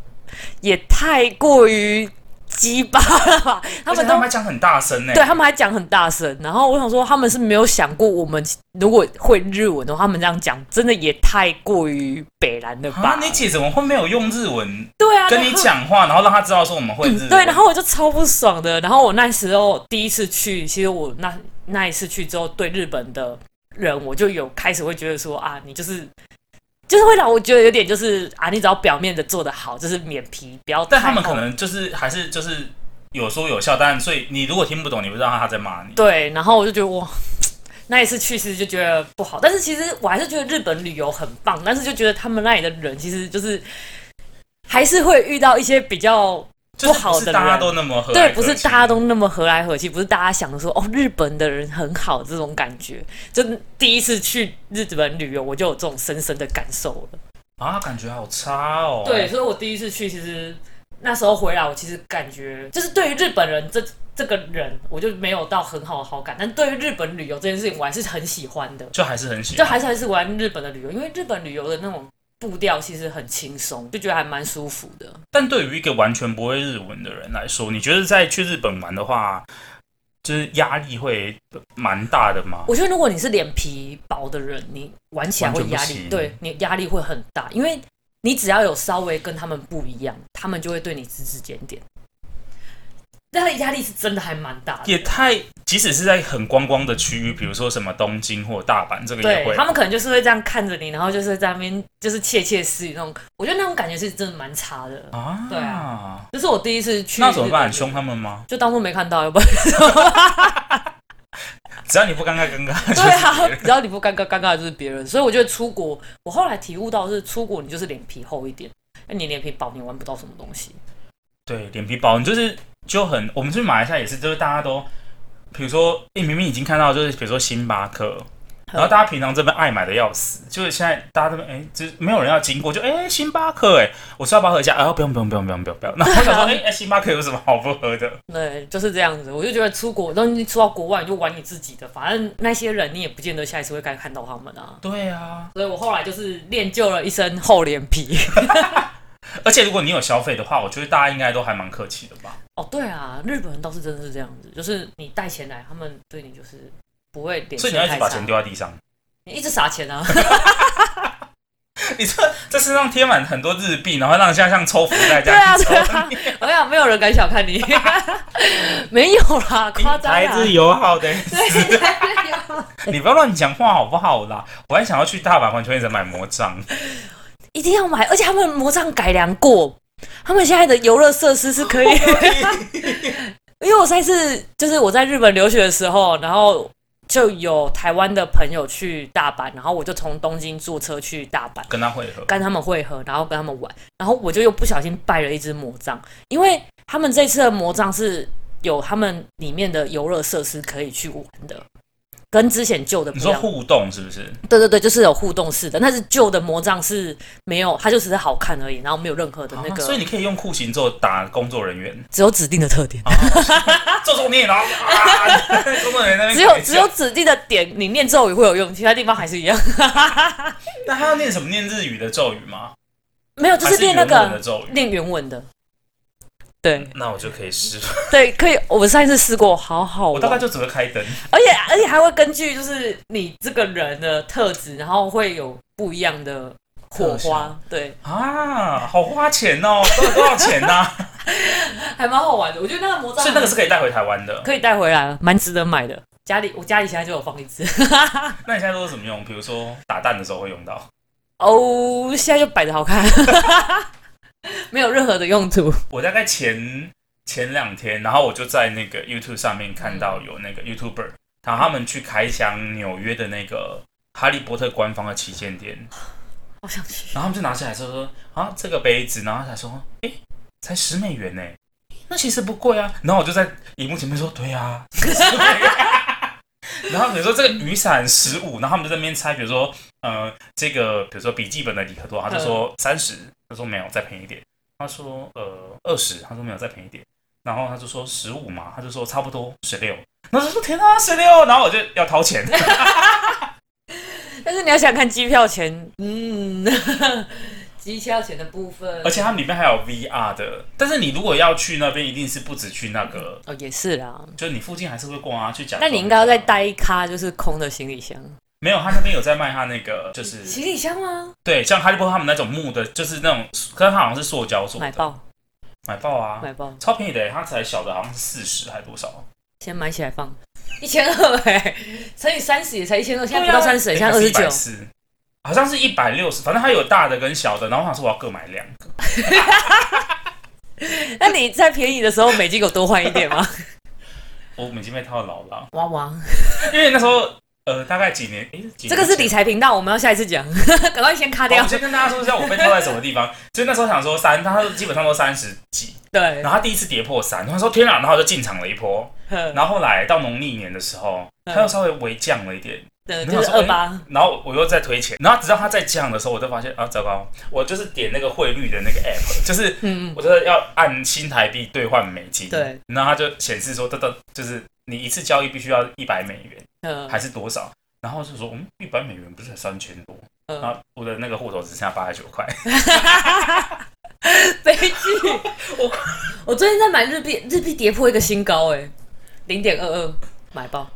Speaker 3: 也太过于鸡巴了吧？ <laughs> 他
Speaker 2: 而且
Speaker 3: 们
Speaker 2: 他
Speaker 3: 都
Speaker 2: 们还讲很大声欸啊呢、
Speaker 3: 对他们还讲很大声，然后我想说他们是没有想过我们如果会日文的话，他们这样讲真的也太过于北然了吧
Speaker 2: 啊，？你姐怎么会没有用日文
Speaker 3: 对啊，
Speaker 2: 跟
Speaker 3: 然
Speaker 2: 你
Speaker 3: 后
Speaker 2: 讲话，然后让她知道说我们会日文？
Speaker 3: 嗯对，然后我就超不爽的。然后我那时候第一次去，其实我那那一次去之后，对日本的人我就有开始会觉得说啊，你就是。就是会让我觉得有点就是啊，你只要表面的做得好，就是脸皮不要太
Speaker 2: 但
Speaker 3: 厚。
Speaker 2: 他们可能就是还是就是有说有笑，但所以你如果听不懂，你不知道他在骂你。
Speaker 3: 对，然后我就觉得哇，那一次去其实就觉得不好，但是其实我还是觉得日本旅游很棒，但是就觉得他们那里的人其实就是还是会遇到一些比较
Speaker 2: 就是
Speaker 3: 不好的
Speaker 2: 是大家
Speaker 3: 人
Speaker 2: 都那么和蔼
Speaker 3: 对，
Speaker 2: 可
Speaker 3: 不是
Speaker 2: 亲
Speaker 3: 大家都那么和蔼和气，不是大家想的说哦，日本的人很好这种感觉。就第一次去日本旅游，我就有这种深深的感受了。
Speaker 2: 啊，感觉好差哦。
Speaker 3: 对，，所以我第一次去，其实那时候回来，我其实感觉就是对于日本人这这个人，我就没有到很好的好感。但对于日本旅游这件事情，我还是很喜欢的，
Speaker 2: 就还是很喜
Speaker 3: 就
Speaker 2: 欢。
Speaker 3: 还是还是玩日本的旅游，因为日本旅游的那种步调其实很轻松，就觉得还蛮舒服的。
Speaker 2: 但对于一个完全不会日文的人来说，你觉得在去日本玩的话，就是压力会蛮大的吗？
Speaker 3: 我觉得如果你是脸皮薄的人，你玩起来会压
Speaker 2: 完全不
Speaker 3: 力，
Speaker 2: 行
Speaker 3: 对你压力会很大，因为你只要有稍微跟他们不一样，他们就会对你指指点点。那压力是真的还蛮大
Speaker 2: 也
Speaker 3: 的，
Speaker 2: 太，即使是在很观光的区域，比如说什么东京或大阪，这个也
Speaker 3: 对
Speaker 2: 会
Speaker 3: 他。们可能就是会这样看着你，然后就是在那边就是窃窃私语那种，我觉得那种感觉是真的蛮差的。
Speaker 2: 啊，
Speaker 3: 对啊，这是我第一次去，
Speaker 2: 那怎么办？你凶，他们吗？
Speaker 3: 就当做没看到，要不然
Speaker 2: 只要你不尴尬，尴尬
Speaker 3: <laughs> 对啊
Speaker 2: 就是，
Speaker 3: 只要你不尴尬，尴尬的就是别人。所以我觉得出国，我后来体悟到是出国，你就是脸皮厚一点，那你脸皮薄，你玩不到什么东西。
Speaker 2: 对脸皮薄，你就是就很。我们去马来西亚也是，就是大家都，比如说，诶明明已经看到，就是比如说星巴
Speaker 3: 嗯
Speaker 2: 克，然后大家平常这边爱买的要死，就是现在大家这边哎，就是没有人要经过，就哎星巴克哎，我说要不要喝一下？啊不用不用不用不用不用不用。然后我
Speaker 3: <laughs>
Speaker 2: 想说哎哎星巴克有什么好不喝的？
Speaker 3: 对，就是这样子。我就觉得出国，然后你出到国外，你就玩你自己的，反正那些人你也不见得下一次会该看到他们啊。
Speaker 2: 对啊，
Speaker 3: 所以我后来就是练就了一身厚脸皮。
Speaker 2: <laughs> 而且如果你有消费的话，我觉得大家应该都还蛮客气的吧。
Speaker 3: 哦，对啊，日本人倒是真的是这样子，就是你带钱来，他们对你就是不会脸
Speaker 2: 所以
Speaker 3: 色
Speaker 2: 你要一直
Speaker 3: 太
Speaker 2: 把
Speaker 3: 差
Speaker 2: 钱，丢在地上， <laughs>
Speaker 3: 你一直撒钱啊。
Speaker 2: 你这这身上贴满很多日币，然后让人家像抽福袋这样抽
Speaker 3: 对啊对啊
Speaker 2: 你。
Speaker 3: 我想没有人敢小
Speaker 2: <laughs>
Speaker 3: 看你，没有啦， <laughs> 夸张
Speaker 2: 来
Speaker 3: 啦。
Speaker 2: 自友好的，
Speaker 3: 对，还有
Speaker 2: <laughs> 你不要乱讲话好不好啦？我还想要去大阪环球影城买魔杖，
Speaker 3: <laughs> 一定要买，而且他们魔杖改良过，他们现在的游乐设施是可以， <laughs> 因为我上一次就是我在日本留学的时候，然后就有台湾的朋友去大阪，然后我就从东京坐车去大阪。
Speaker 2: 跟他会合，
Speaker 3: 跟他们会合，然后跟他们玩，然后我就又不小心拜了一只魔杖，因为他们这次的魔杖是有他们里面的游乐设施可以去玩的，跟之前旧的不
Speaker 2: 你
Speaker 3: 一
Speaker 2: 说
Speaker 3: 样。
Speaker 2: 互动是不是？
Speaker 3: 对对对，就是有互动式的，但是旧的魔杖是没有，它就只是好看而已，然后没有任何的那
Speaker 2: 啊
Speaker 3: 个，
Speaker 2: 所以你可以用酷刑咒打工作人员，
Speaker 3: 只有指定的特点，
Speaker 2: 啊做作孽，然后哦啊， <laughs> 工作人员在那边
Speaker 3: 只有
Speaker 2: 鬼叫
Speaker 3: 只有指定的点，你念咒语会有用，其他地方还是 <laughs> 一样。
Speaker 2: 那他要念什么？念日语的咒语吗？
Speaker 3: 没有，就
Speaker 2: 还是
Speaker 3: 念那
Speaker 2: 原文的
Speaker 3: 个
Speaker 2: 咒语？
Speaker 3: 念原文的。对
Speaker 2: 那我就可以
Speaker 3: <laughs>
Speaker 2: 试。
Speaker 3: 对，可以。我上一次试过，好好玩。
Speaker 2: 我大概就只会开灯，
Speaker 3: 而且而且还会根据就是你这个人的特质，然后会有不一样的火
Speaker 2: 特
Speaker 3: 花
Speaker 2: 效，
Speaker 3: 对，
Speaker 2: 啊，好花钱哦，到底多少钱呐、
Speaker 3: <laughs> 还蛮好玩的。我觉得那个魔杖
Speaker 2: 所以那个是可以带回台湾的。
Speaker 3: 可以带回来，蛮值得买的。家里我家里现在就有放一只，
Speaker 2: 那你现在都是怎么用？比如说打蛋的时候会用到。
Speaker 3: 哦，现在就摆着好看， <laughs> 没有任何的用途。
Speaker 2: 我大概前前两天，然后我就在那个 YouTube 上面看到有那个 YouTuber，然后他们去开箱纽约的那个哈利波特官方的旗舰店，
Speaker 3: 好想去，
Speaker 2: 然后他们就拿起来说说啊这个杯子，然后他说哎、诶才十美元呢、那其实不贵啊。然后我就在荧幕前面说对啊，10美 <laughs> 元然后比如说这个雨伞十五，然后他们就在那边猜，比如说呃这个比如说笔记本的礼盒多少，他就说三十，他说没有再便宜一点，他说呃二十，他说没有再便宜一点，然后他就说十五嘛，他就说差不多十六，然后他说天啊十六，然后我就要掏钱，
Speaker 3: 但是你要想看机票钱，嗯， <laughs> 机票钱的部分
Speaker 2: 而，且他们里面还有 VR 的，但是你如果要去那边，一定是不止去那个，
Speaker 3: 哦也是啦。
Speaker 2: 就是你附近还是会逛啊，去讲。
Speaker 3: 那你应该要再带一咖就是空的行李箱，
Speaker 2: 没有，他那边有在卖他那个，就是
Speaker 3: 行李箱吗？
Speaker 2: 对，像哈利波特他们那种木的，就是那种，可是它好像是塑胶做的，
Speaker 3: 买爆
Speaker 2: 买爆啊，
Speaker 3: 买爆。
Speaker 2: 超便宜的，它才小的，好像是四十还多少，
Speaker 3: 先买起来放，一千二哎，乘以三十也才一千二，现在不到三十、
Speaker 2: 对啊
Speaker 3: 现在二十九
Speaker 2: 还是。140好像是一百六十，反正它有大的跟小的，然后我想说我要各买两个，
Speaker 3: 那你在便宜的时候美金有多换
Speaker 2: <laughs>
Speaker 3: 一点吗？
Speaker 2: 我美金被套牢了，啊
Speaker 3: 哇哇，
Speaker 2: 因为那时候呃大概几年，诶，几年
Speaker 3: 这个是
Speaker 2: 前
Speaker 3: 理财频道，我们要下一次讲， <laughs> 赶快先卡
Speaker 2: 好
Speaker 3: 掉
Speaker 2: 我。先跟大家说一下我被套在什么地方。就那时候想说三，他基本上都三十几，
Speaker 3: 对
Speaker 2: 然，后他第一次跌破三，他说天啊，然后就进场了一波。
Speaker 3: 然
Speaker 2: 然后后来到农历年的时候，
Speaker 3: 嗯
Speaker 2: 他又稍微微降了一点，
Speaker 3: 对，
Speaker 2: 然后
Speaker 3: 就是
Speaker 2: 说
Speaker 3: 二八，
Speaker 2: 然后我又再推前，然后直到他再降的时候，我就发现啊，糟糕，我就是点那个汇率的那个 app，就是
Speaker 3: 嗯，
Speaker 2: 我就是要按新台币兑换美金，
Speaker 3: 对，
Speaker 2: 然后他就显示说，这这就是你一次交易必须要一百美元
Speaker 3: 嗯
Speaker 2: 还是多少？然后就说，嗯，一百美元不是才三千多？然
Speaker 3: 嗯，
Speaker 2: 后我的那个户头只剩下八十九块。
Speaker 3: <laughs> 悲剧。我我最近在买日币，日币跌破一个新高哎，零点二二买爆。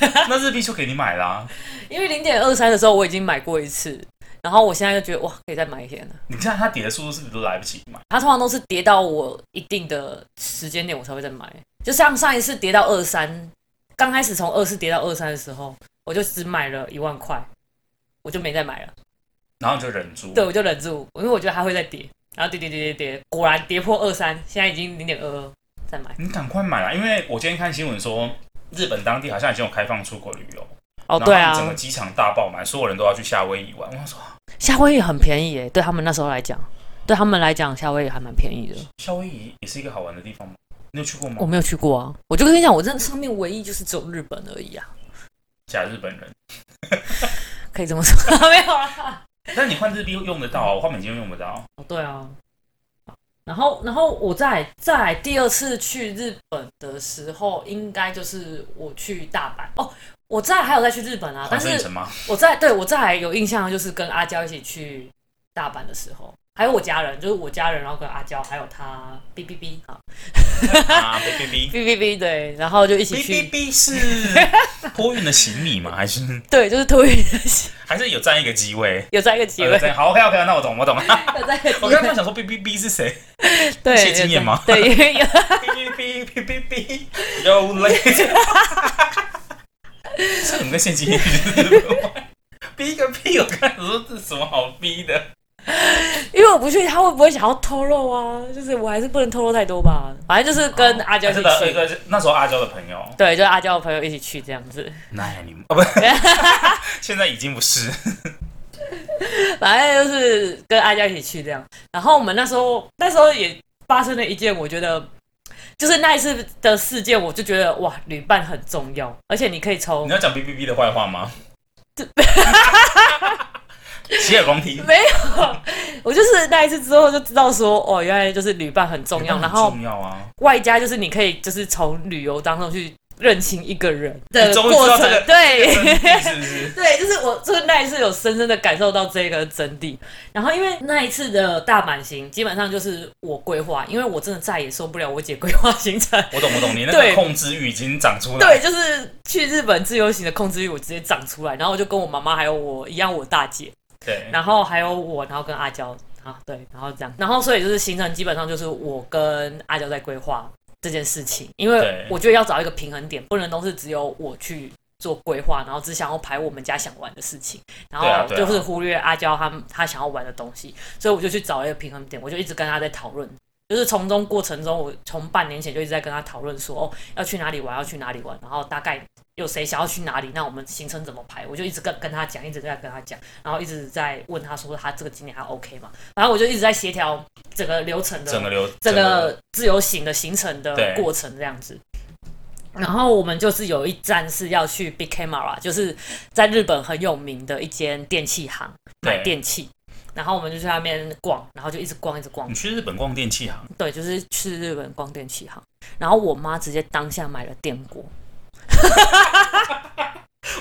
Speaker 2: 那日币就给你买啦、
Speaker 3: 因为零点二三的时候我已经买过一次，然后我现在就觉得哇，可以再买一些了。
Speaker 2: 你看它跌的速度是不是都来不及买？
Speaker 3: 它通常都是跌到我一定的时间点，我才会再买。就像上一次跌到二三，刚开始从二四跌到二三的时候，我就只买了一万块，我就没再买了。
Speaker 2: 然后你就忍住。
Speaker 3: 对，我就忍住，因为我觉得它会再跌，然后跌跌跌跌跌，果然跌破二三，现在已经零点二二，再买。
Speaker 2: 你赶快买啊啦！因为我今天看新闻说，日本当地好像已经有开放出国旅游，
Speaker 3: 哦，
Speaker 2: 然后
Speaker 3: 对
Speaker 2: 他们整个
Speaker 3: 啊，
Speaker 2: 机场大爆满，所有人都要去夏威夷玩。我想说，啊
Speaker 3: 夏威夷很便宜耶，对他们那时候来讲，对他们来讲，夏威夷还蛮便宜的。
Speaker 2: 夏威夷也是一个好玩的地方吗？你有去过吗
Speaker 3: 我？没有去过啊，我就跟你讲，我这上面唯一就是只有日本而已啊，
Speaker 2: 假日本人，
Speaker 3: 可以这么说， <laughs> 没有啦。
Speaker 2: 但你换日币用得到啊，我换美金用不到。
Speaker 3: 哦，对啊。然后，然后我再再来第二次去日本的时候，应该就是我去大阪哦。我再来还有再去日本啊，
Speaker 2: 环
Speaker 3: 但
Speaker 2: 生
Speaker 3: 是
Speaker 2: 城
Speaker 3: <laughs>
Speaker 2: 吗？
Speaker 3: 我再对我再来有印象的就是跟阿娇一起去大阪的时候，还有我家人，就是我家人，然后跟阿娇还有他 B B B 啊
Speaker 2: 啊，哔哔哔
Speaker 3: B B B 对，然后就一起
Speaker 2: 哔哔
Speaker 3: 去
Speaker 2: 哔是
Speaker 3: <laughs>
Speaker 2: 托运的行李吗？还是
Speaker 3: 对，就是托运
Speaker 2: 还是有占一个机位？
Speaker 3: 有在一个机
Speaker 2: 有
Speaker 3: 会，
Speaker 2: 占好 OK OK，那我懂我
Speaker 3: <laughs>
Speaker 2: 懂。
Speaker 3: 有在一个机
Speaker 2: 我刚
Speaker 3: 会
Speaker 2: 刚，想说哔哔哔是谁？
Speaker 3: 对，
Speaker 2: 谢
Speaker 3: 有
Speaker 2: 金燕
Speaker 3: 在
Speaker 2: 吗
Speaker 3: 对，因为有
Speaker 2: 哔哔哔哔哔，Yo late，这你跟现金一样逼个屁！我看你说这什么好逼的？
Speaker 3: 因为我不确定他会不会想要透露啊，就是我还是不能透露太多吧。反正就是跟阿娇一
Speaker 2: 哦是呃
Speaker 3: 起
Speaker 2: 的，一
Speaker 3: 去，
Speaker 2: 个是那时候阿娇的朋友，
Speaker 3: 对，就是阿娇的朋友一起去这样子。
Speaker 2: 那也你们哦不，现在已经不是，
Speaker 3: 反正就是跟阿娇一起去这样。然后我们那时候那时候也发生了一件，我觉得就是那一次的事件，我就觉得哇，旅伴很重要，而且你可以从
Speaker 2: 你要讲 B B B 的坏话吗？洗耳恭听，
Speaker 3: 没有，我就是那一次之后就知道说，哦，原来就是旅伴很重要，
Speaker 2: 很
Speaker 3: 然后
Speaker 2: 重要啊，
Speaker 3: 外加就是你可以就是从旅游当中去认清一个人的
Speaker 2: 你终于知
Speaker 3: 过
Speaker 2: 道
Speaker 3: 程，
Speaker 2: 这个
Speaker 3: 对。 <laughs>
Speaker 2: 是不是？
Speaker 3: 对，就是我就是那一次有深深的感受到这个真谛。然后因为那一次的大阪行，基本上就是我规划，因为我真的再也受不了我姐规划行程。
Speaker 2: 我懂，我懂，你那
Speaker 3: 对
Speaker 2: 个控制欲已经长出来。
Speaker 3: 对，，就是去日本自由行的控制欲，我直接长出来。然后我就跟我妈妈还有我一样，我大姐，
Speaker 2: 对，
Speaker 3: 然后还有我，然后跟阿娇啊，对，然后这样，然后所以就是行程基本上就是我跟阿娇在规划这件事情，因为
Speaker 2: 对
Speaker 3: 我觉得要找一个平衡点，不能都是只有我去做规划，然后只想要排我们家想玩的事情，然
Speaker 2: 对啊
Speaker 3: 后
Speaker 2: 对啊
Speaker 3: 就是忽略阿娇她她想要玩的东西，所以我就去找了一个平衡点，我就一直跟她在讨论。就是从中过程中，我从半年前就一直在跟她讨论说，哦，要去哪里玩，要去哪里玩，然后大概有谁想要去哪里，那我们行程怎么排，我就一直跟跟他讲，一直在跟他讲，然后一直在问他说他这个今年还 OK 吗？然后我就一直在协调整个流程的
Speaker 2: 整个流，
Speaker 3: 这个自由行的行程的
Speaker 2: 对
Speaker 3: 过程这样子。然后我们就是有一站是要去 Big Camera，就是在日本很有名的一间电器行买
Speaker 2: 对
Speaker 3: 电器。然后我们就去那边逛，然后就一直逛，一直逛
Speaker 2: 你。去日本逛电器行，
Speaker 3: 对，就是去日本逛电器行。然后我妈直接当下买了电锅，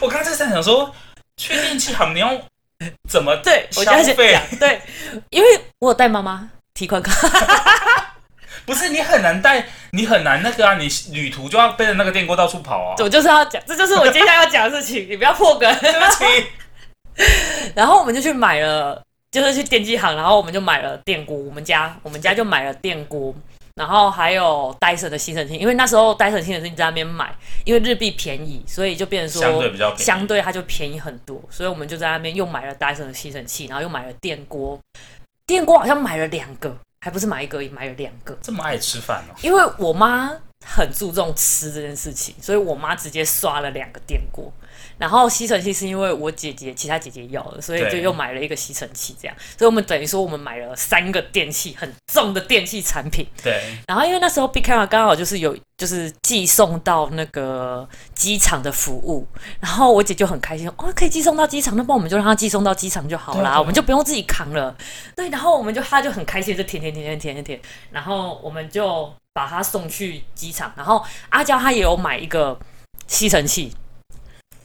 Speaker 2: 我刚才在想说，去电器行你要 <laughs> 怎么
Speaker 3: 对，我
Speaker 2: 消
Speaker 3: 就要先
Speaker 2: 费
Speaker 3: 讲？对，因为我有带妈妈提款卡， <laughs>
Speaker 2: 不是你很难带，你很难那个啊，你旅途就要背着那个电锅到处跑啊。
Speaker 3: 我就是要讲，这就是我接下来要讲的事情，你不要破梗。 <laughs>
Speaker 2: 对不起， <laughs>
Speaker 3: 然后我们就去买了，就是去电器行，然后我们就买了电锅，我们家我们家就买了电锅，然后还有戴森的吸尘器，因为那时候戴森吸尘器在那边买，因为日币便宜，所以就变成说
Speaker 2: 相对比较便宜
Speaker 3: 相对它就便宜很多，所以我们就在那边又买了戴森的吸尘器，然后又买了电锅，电锅好像买了两个，还不是买一个而已，买了两个。
Speaker 2: 这么爱吃饭哦。
Speaker 3: 因为我妈很注重吃这件事情，所以我妈直接刷了两个电锅。然后吸尘器是因为我姐姐其他姐姐要了，所以就
Speaker 2: 对
Speaker 3: 又买了一个吸尘器，这样，所以我们等于说我们买了三个电器很重的电器产品。
Speaker 2: 对，
Speaker 3: 然后因为那时候 b i g c a m e 刚好就是有就是寄送到那个机场的服务，然后我姐就很开心哦，可以寄送到机场，那不然我们就让它寄送到机场就好
Speaker 2: 对
Speaker 3: 啦，
Speaker 2: 对
Speaker 3: 我们就不用自己扛了。对，然后我们就她就很开心，就舔舔舔舔舔舔舔，然后我们就把它送去机场。然后阿娇她也有买一个吸尘器。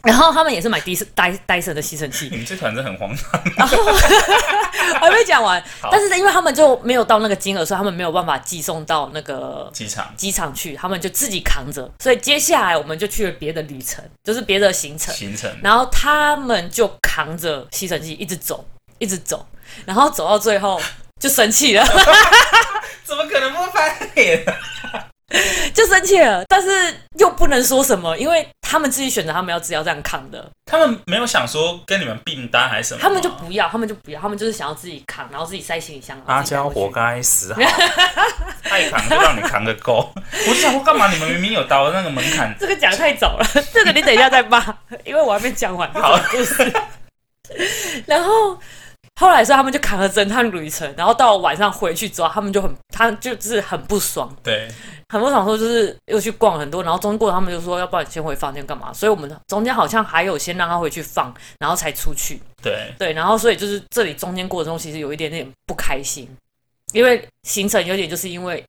Speaker 3: 然后他们也是买迪斯戴戴森的吸
Speaker 2: <laughs>
Speaker 3: 尘器， <laughs>
Speaker 2: 你们这团真的很荒唐。
Speaker 3: 还没讲完
Speaker 2: 好。
Speaker 3: 但是因为他们就没有到那个金额，所以他们没有办法寄送到那个
Speaker 2: 机
Speaker 3: <laughs>
Speaker 2: 场
Speaker 3: 机场去，他们就自己扛着。所以接下来我们就去了别的旅程，就是别的行程，
Speaker 2: 行程，
Speaker 3: 然后他们就扛着吸尘器一直走，一直走，然后走到最后就生气了，
Speaker 2: 怎么可能不翻脸？
Speaker 3: 就生气了，但是又不能说什么，因为他们自己选择他们要自己要这样扛的，
Speaker 2: 他们没有想说跟你们并单还是什么吗？
Speaker 3: 他们就不要，他们就不要，他们就是想要自己扛，然后自己塞行李箱。然
Speaker 2: 阿
Speaker 3: 后自己带
Speaker 2: 娇
Speaker 3: 回去
Speaker 2: 活该
Speaker 3: <laughs>
Speaker 2: 死好，啊爱扛就让你扛个够。 <laughs> 我就想说，干嘛你们明明有到那个门槛？
Speaker 3: 这个讲得太早
Speaker 2: <laughs>
Speaker 3: 了，这个你等一下再骂，因为我还没讲完。
Speaker 2: 好，
Speaker 3: 然后后来说他们就扛了侦探旅程，然后到晚上回去之后，他们就很，他就是很不爽，
Speaker 2: 对，
Speaker 3: 很不爽说就是又去逛很多，然后中间过程他们就说，要不然你先回房间干嘛？所以我们中间好像还有先让他回去放，然后才出去。
Speaker 2: 对，
Speaker 3: 对，然后所以就是这里中间过程中其实有一点点不开心，因为行程有点就是因为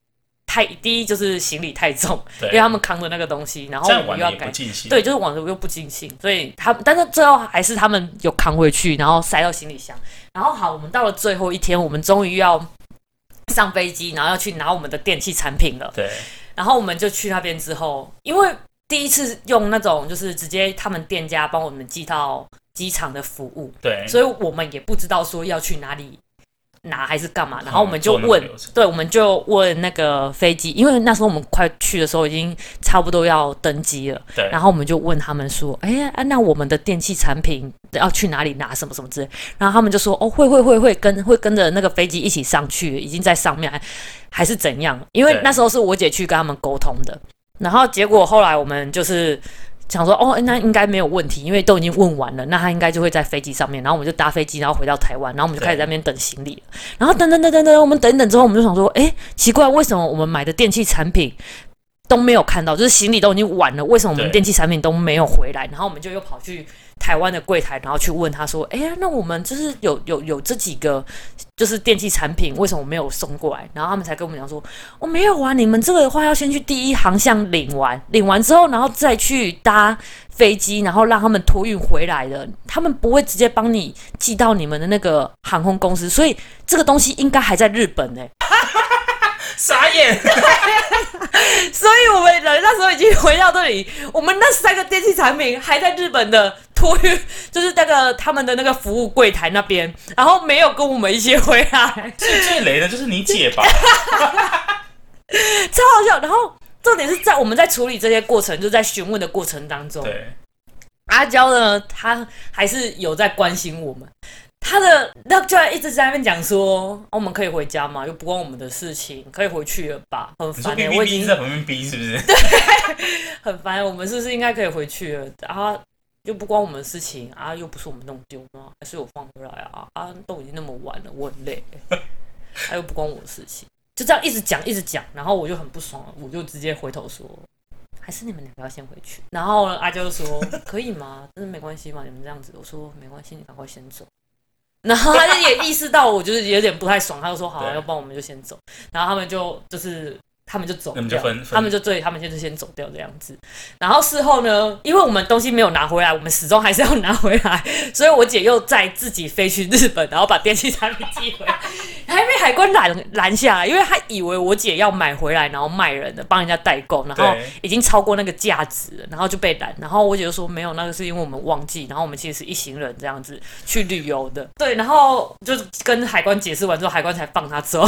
Speaker 3: 太第一就是行李太重，
Speaker 2: 对
Speaker 3: 因为他们扛着那个东西，然后
Speaker 2: 这
Speaker 3: 我
Speaker 2: 样
Speaker 3: 们
Speaker 2: 玩
Speaker 3: 又要
Speaker 2: 也
Speaker 3: 改
Speaker 2: 不。尽兴。
Speaker 3: 对，就是网友又不尽兴，所以他但是最后还是他们有扛回去，然后塞到行李箱。然后好，我们到了最后一天，我们终于要上飞机，然后要去拿我们的电器产品了。
Speaker 2: 对
Speaker 3: 然后我们就去那边之后，因为第一次用那种就是直接他们店家帮我们寄到机场的服务，
Speaker 2: 对，
Speaker 3: 所以我们也不知道说要去哪里拿还是干嘛，然后我们就
Speaker 2: 嗯做那个
Speaker 3: 问
Speaker 2: 流程，
Speaker 3: 对，我们就问那个飞机，因为那时候我们快去的时候已经差不多要登机了，
Speaker 2: 对
Speaker 3: 然后我们就问他们说，哎、呀，啊那我们的电器产品要去哪里拿什么什么之类，然后他们就说，哦，会会会会跟会跟着那个飞机一起上去，已经在上面还是怎样？因为
Speaker 2: 对
Speaker 3: 那时候是我姐去跟他们沟通的，然后结果后来我们就是想说，哦，那应该没有问题，因为都已经问完了，那他应该就会在飞机上面。然后我们就搭飞机，然后回到台湾，然后我们就
Speaker 2: 对
Speaker 3: 开始在那边等行李了。然后等等等等等，我们等一等之后，我们就想说，哎，奇怪，为什么我们买的电器产品？都没有看到，就是行李都已经晚了，为什么我们
Speaker 2: 对
Speaker 3: 电器产品都没有回来？然后我们就又跑去台湾的柜台，然后去问他说：“哎呀，那我们就是有有有这几个就是电器产品，为什么没有送过来？”然后他们才跟我们讲说：“哦，没有啊，你们这个的话要先去第一航向领完，领完之后，然后再去搭飞机，然后让他们托运回来的。他们不会直接帮你寄到你们的那个航空公司，所以这个东西应该还在日本呢、欸
Speaker 2: 傻眼，
Speaker 3: 所以我们人那时候已经回到这里，我们那三个电器产品还在日本的托运，就是那个他们的那个服务柜台那边，然后没有跟我们一啊起回来，
Speaker 2: 最最雷的就是你姐
Speaker 3: <laughs>
Speaker 2: 吧？
Speaker 3: 超好笑。然后重点是在我们在处理这些过程，就在询问的过程当中，
Speaker 2: 对，
Speaker 3: 阿娇呢，她还是有在关心我们。她的那居然一直在那边讲说、哦我们可以回家吗？又不关我们的事情，可以回去了吧？很
Speaker 2: 你
Speaker 3: 烦
Speaker 2: 说
Speaker 3: 欸、
Speaker 2: 哔
Speaker 3: 我
Speaker 2: 哔
Speaker 3: 已经
Speaker 2: 哔在旁边哔是不是？
Speaker 3: 很烦，我们是不是应该可以回去了？啊，又不关我们的事情啊，又不是我们弄丢吗？还是我放回来啊？啊，都已经那么晚了，我很累，啊，又不关我的事情，就这样一直讲一直讲，然后我就很不爽了，我就直接回头说。还是你们两个要先回去，然后阿娇就说：“可以吗？真的没关系吗？你们这样子。”我说：“没关系，你赶快先走。”然后他就也意识到我就是有点不太爽，他就说：“好啊、
Speaker 2: 对
Speaker 3: 要不然我们就先走。”然后他们就就是他们就走
Speaker 2: 那
Speaker 3: 掉，
Speaker 2: 么就分分
Speaker 3: 他们就对他们就是先走掉这样子。然后事后呢，因为我们东西没有拿回来，我们始终还是要拿回来， <laughs> 所以我姐又再自己飞去日本，然后把电器产品寄回来，还被海关拦拦下来，因为她以为我姐要买回来然后卖人的，帮人家代购，然后
Speaker 2: 对
Speaker 3: 已经超过那个价值了，然后就被拦。然后我姐就说没有，那个是因为我们忘记，然后我们其实是一行人这样子去旅游的，对，然后就是跟海关解释完之后，海关才放她走，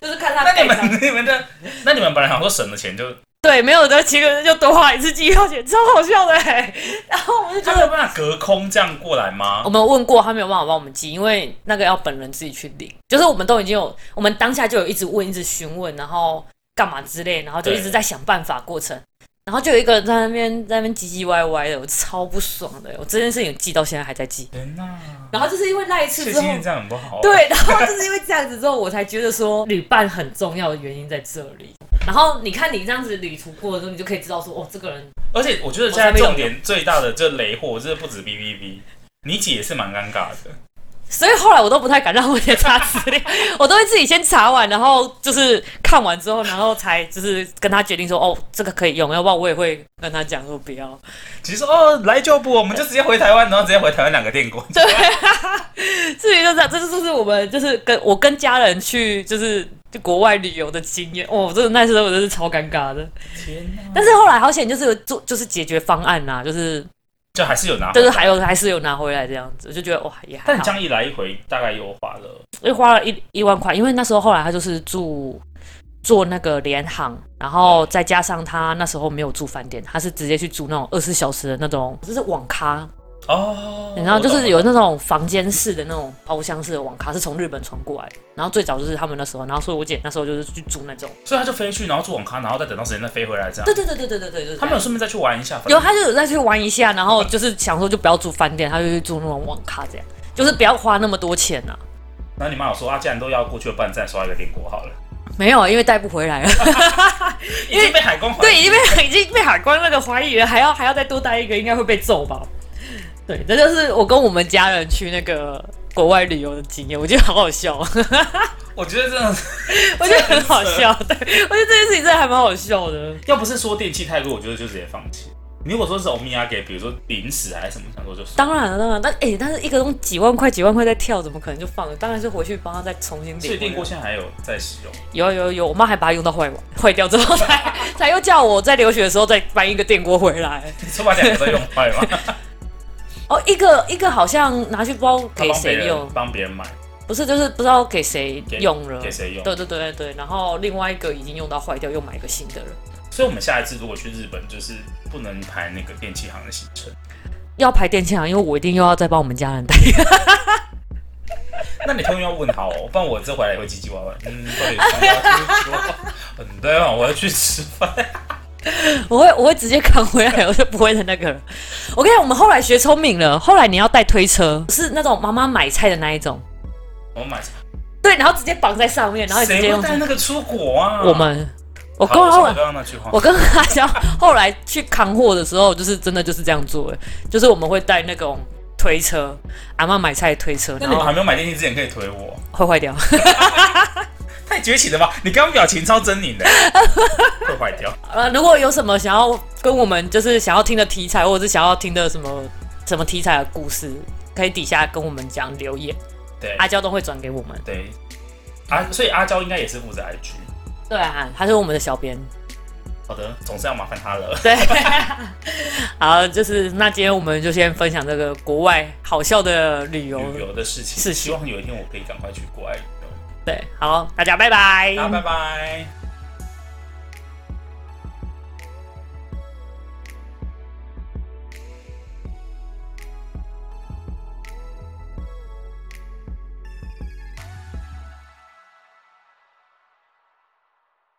Speaker 3: 就是看
Speaker 2: <laughs>
Speaker 3: 她
Speaker 2: 那你
Speaker 3: 背上
Speaker 2: 们你们的，那你们本来想说省了钱就，
Speaker 3: 对，没有的几个人就多花一次机票钱，超好笑的、欸。然后我就觉
Speaker 2: 他没有
Speaker 3: 得，
Speaker 2: 办法隔空这样过来吗
Speaker 3: 我？们问过他没有办法帮我们寄，因为那个要本人自己去领。就是我们都已经有，我们当下就有一直问，一直询问，然后干嘛之类，然后就一直
Speaker 2: 对
Speaker 3: 在想办法过程。然后就有一个人在那边在那边唧唧歪歪的，我超不爽的。欸我这件事情记到现在还在记。
Speaker 2: 天哪，
Speaker 3: 然后就是因为那一次
Speaker 2: 这
Speaker 3: 之后
Speaker 2: 经，验这样很不好。，啊
Speaker 3: 对，然后就是因为这样子之后，我才觉得说旅伴很重要的原因在这里。然后你看你这样子旅途过的时候，你就可以知道说，哦，这个人
Speaker 2: 而且我觉得现在重点最大的这雷货，这不止 B B B，你姐也是蛮尴尬的。
Speaker 3: 所以后来我都不太敢让我姐查资料，我都会自己先查完，然后就是看完之后，然后才就是跟她决定说，哦，这个可以用，要不然我也会跟她讲说不要。
Speaker 2: 其实哦，来就不，我们就直接回台湾，然后直接回台湾两个电锅。对，
Speaker 3: 至于就这样，这就是我们就是跟我跟家人去就是去国外旅游的经验。哦，真的那时候我真是超尴尬的。
Speaker 2: 天哪，
Speaker 3: 但是后来好险就是有做就是解决方案啦、就是
Speaker 2: 就还是有拿。
Speaker 3: 就是还有还是有拿回来这样子，我就觉得哇也还
Speaker 2: 但你
Speaker 3: 好
Speaker 2: 这。样一来一回，大概又花了。
Speaker 3: 又花了一一万块，因为那时候后来他就是住做那个联航，然后再加上他那时候没有住饭店，他是直接去住那种二十小时的那种，就是网咖，
Speaker 2: 哦，
Speaker 3: 然后就
Speaker 2: 我懂
Speaker 3: 是
Speaker 2: 了
Speaker 3: 有那种房间式的那种包厢式的网咖，是从日本传过来的。然后最早就是他们那时候，然后所以我姐那时候就是去住那种，
Speaker 2: 所以他就飞去，然后住网咖，然后再等到时间再飞回来这样
Speaker 3: 对。对对对对对对对，
Speaker 2: 他没有顺便再去玩一下，反正
Speaker 3: 有，他就有再去玩一下，然后就是想说就不要住饭店，他就去住那种网咖这样，就是不要花那么多钱啊。
Speaker 2: 然后你妈有说啊，既然都要过去了，不然再刷一个电锅好了。
Speaker 3: 没有，啊因为带不回来了。
Speaker 2: 已经被海关怀疑
Speaker 3: 对，已经被已经被海关那个怀疑了，还要还要再多待一个，应该会被揍吧？对，这就是我跟我们家人去那个国外旅游的经验，我觉得好好笑，我
Speaker 2: 我觉得真的， <laughs>
Speaker 3: 觉得很好笑，对，我觉得这件事情真的还蛮好笑的。
Speaker 2: 要不是说电器太贵，我觉得就直接放弃。你如果说是欧米亚给，比如说零食还是什么，想说就算。
Speaker 3: 当然了，当然，但哎、但是一个东西几万块几万块在跳，怎么可能就放了？当然是回去帮他再重新
Speaker 2: 所以电
Speaker 3: 领
Speaker 2: 锅
Speaker 3: 回来。
Speaker 2: 现在还有在使用， <laughs>
Speaker 3: 有有有，我妈还把它用到坏完坏掉之后才才又叫我在留学的时候再搬一个电锅回来。
Speaker 2: 你说把两个都用坏吗？
Speaker 3: 哦，一个一个好像拿去包
Speaker 2: 他
Speaker 3: <laughs> 给
Speaker 2: 帮别
Speaker 3: 谁用
Speaker 2: 人？帮别人买，
Speaker 3: 不是就是不知道给谁
Speaker 2: 给
Speaker 3: 用了
Speaker 2: 给。谁用？
Speaker 3: 对对对对，然后另外一个已经用到坏掉，又买一个新的了。
Speaker 2: 所以我们下一次如果去日本，就是不能排那个电器行的行程。
Speaker 3: 要排电器啊行，因为我一定又要再帮我们家人带。 <laughs>
Speaker 2: 那你通常要问好哦，不然我这回来也会唧唧歪歪。嗯，到底什么要去 <laughs> 说？嗯，对啊，我要去吃饭。
Speaker 3: 我会我会直接扛回来，我 <laughs> 就不会的那个了。我跟你讲，我们后来学聪明了，后来你要带推车，是那种妈妈买菜的那一种，
Speaker 2: 我买，
Speaker 3: 对，然后直接绑在上面，然后你直接
Speaker 2: 谁
Speaker 3: 用
Speaker 2: 会。带那个出国啊？
Speaker 3: 我们，我
Speaker 2: 好，
Speaker 3: 跟
Speaker 2: 我
Speaker 3: 后
Speaker 2: 我
Speaker 3: 来
Speaker 2: 刚刚那句话，
Speaker 3: 我跟阿娇后来去扛货的时候，就是真的就是这样做，哎就是我们会带那种推车，阿妈买菜的推车，
Speaker 2: 那
Speaker 3: 然
Speaker 2: 你们
Speaker 3: 后
Speaker 2: 还没有买电器之前可以推我，
Speaker 3: 会坏掉。
Speaker 2: 太崛起了吧？你刚刚表情超狰狞的，会坏掉。
Speaker 3: 呃，如果有什么想要跟我们就是想要听的题材，或者是想要听的什么什么题材的故事，可以底下跟我们讲留言，
Speaker 2: 对，
Speaker 3: 阿娇都会转给我们。
Speaker 2: 对，阿、所以阿娇应该也是负责 IG。
Speaker 3: 对啊，他是我们的小编。
Speaker 2: 好的，总是要麻烦他了。
Speaker 3: 对， <laughs> 好，就是那今天我们就先分享这个国外好笑的旅游。
Speaker 2: 旅游的事情，嗯
Speaker 3: 是
Speaker 2: 希望有一天我可以赶快去国外旅游。
Speaker 3: 对，好，大家拜拜。
Speaker 2: 哦大家拜拜。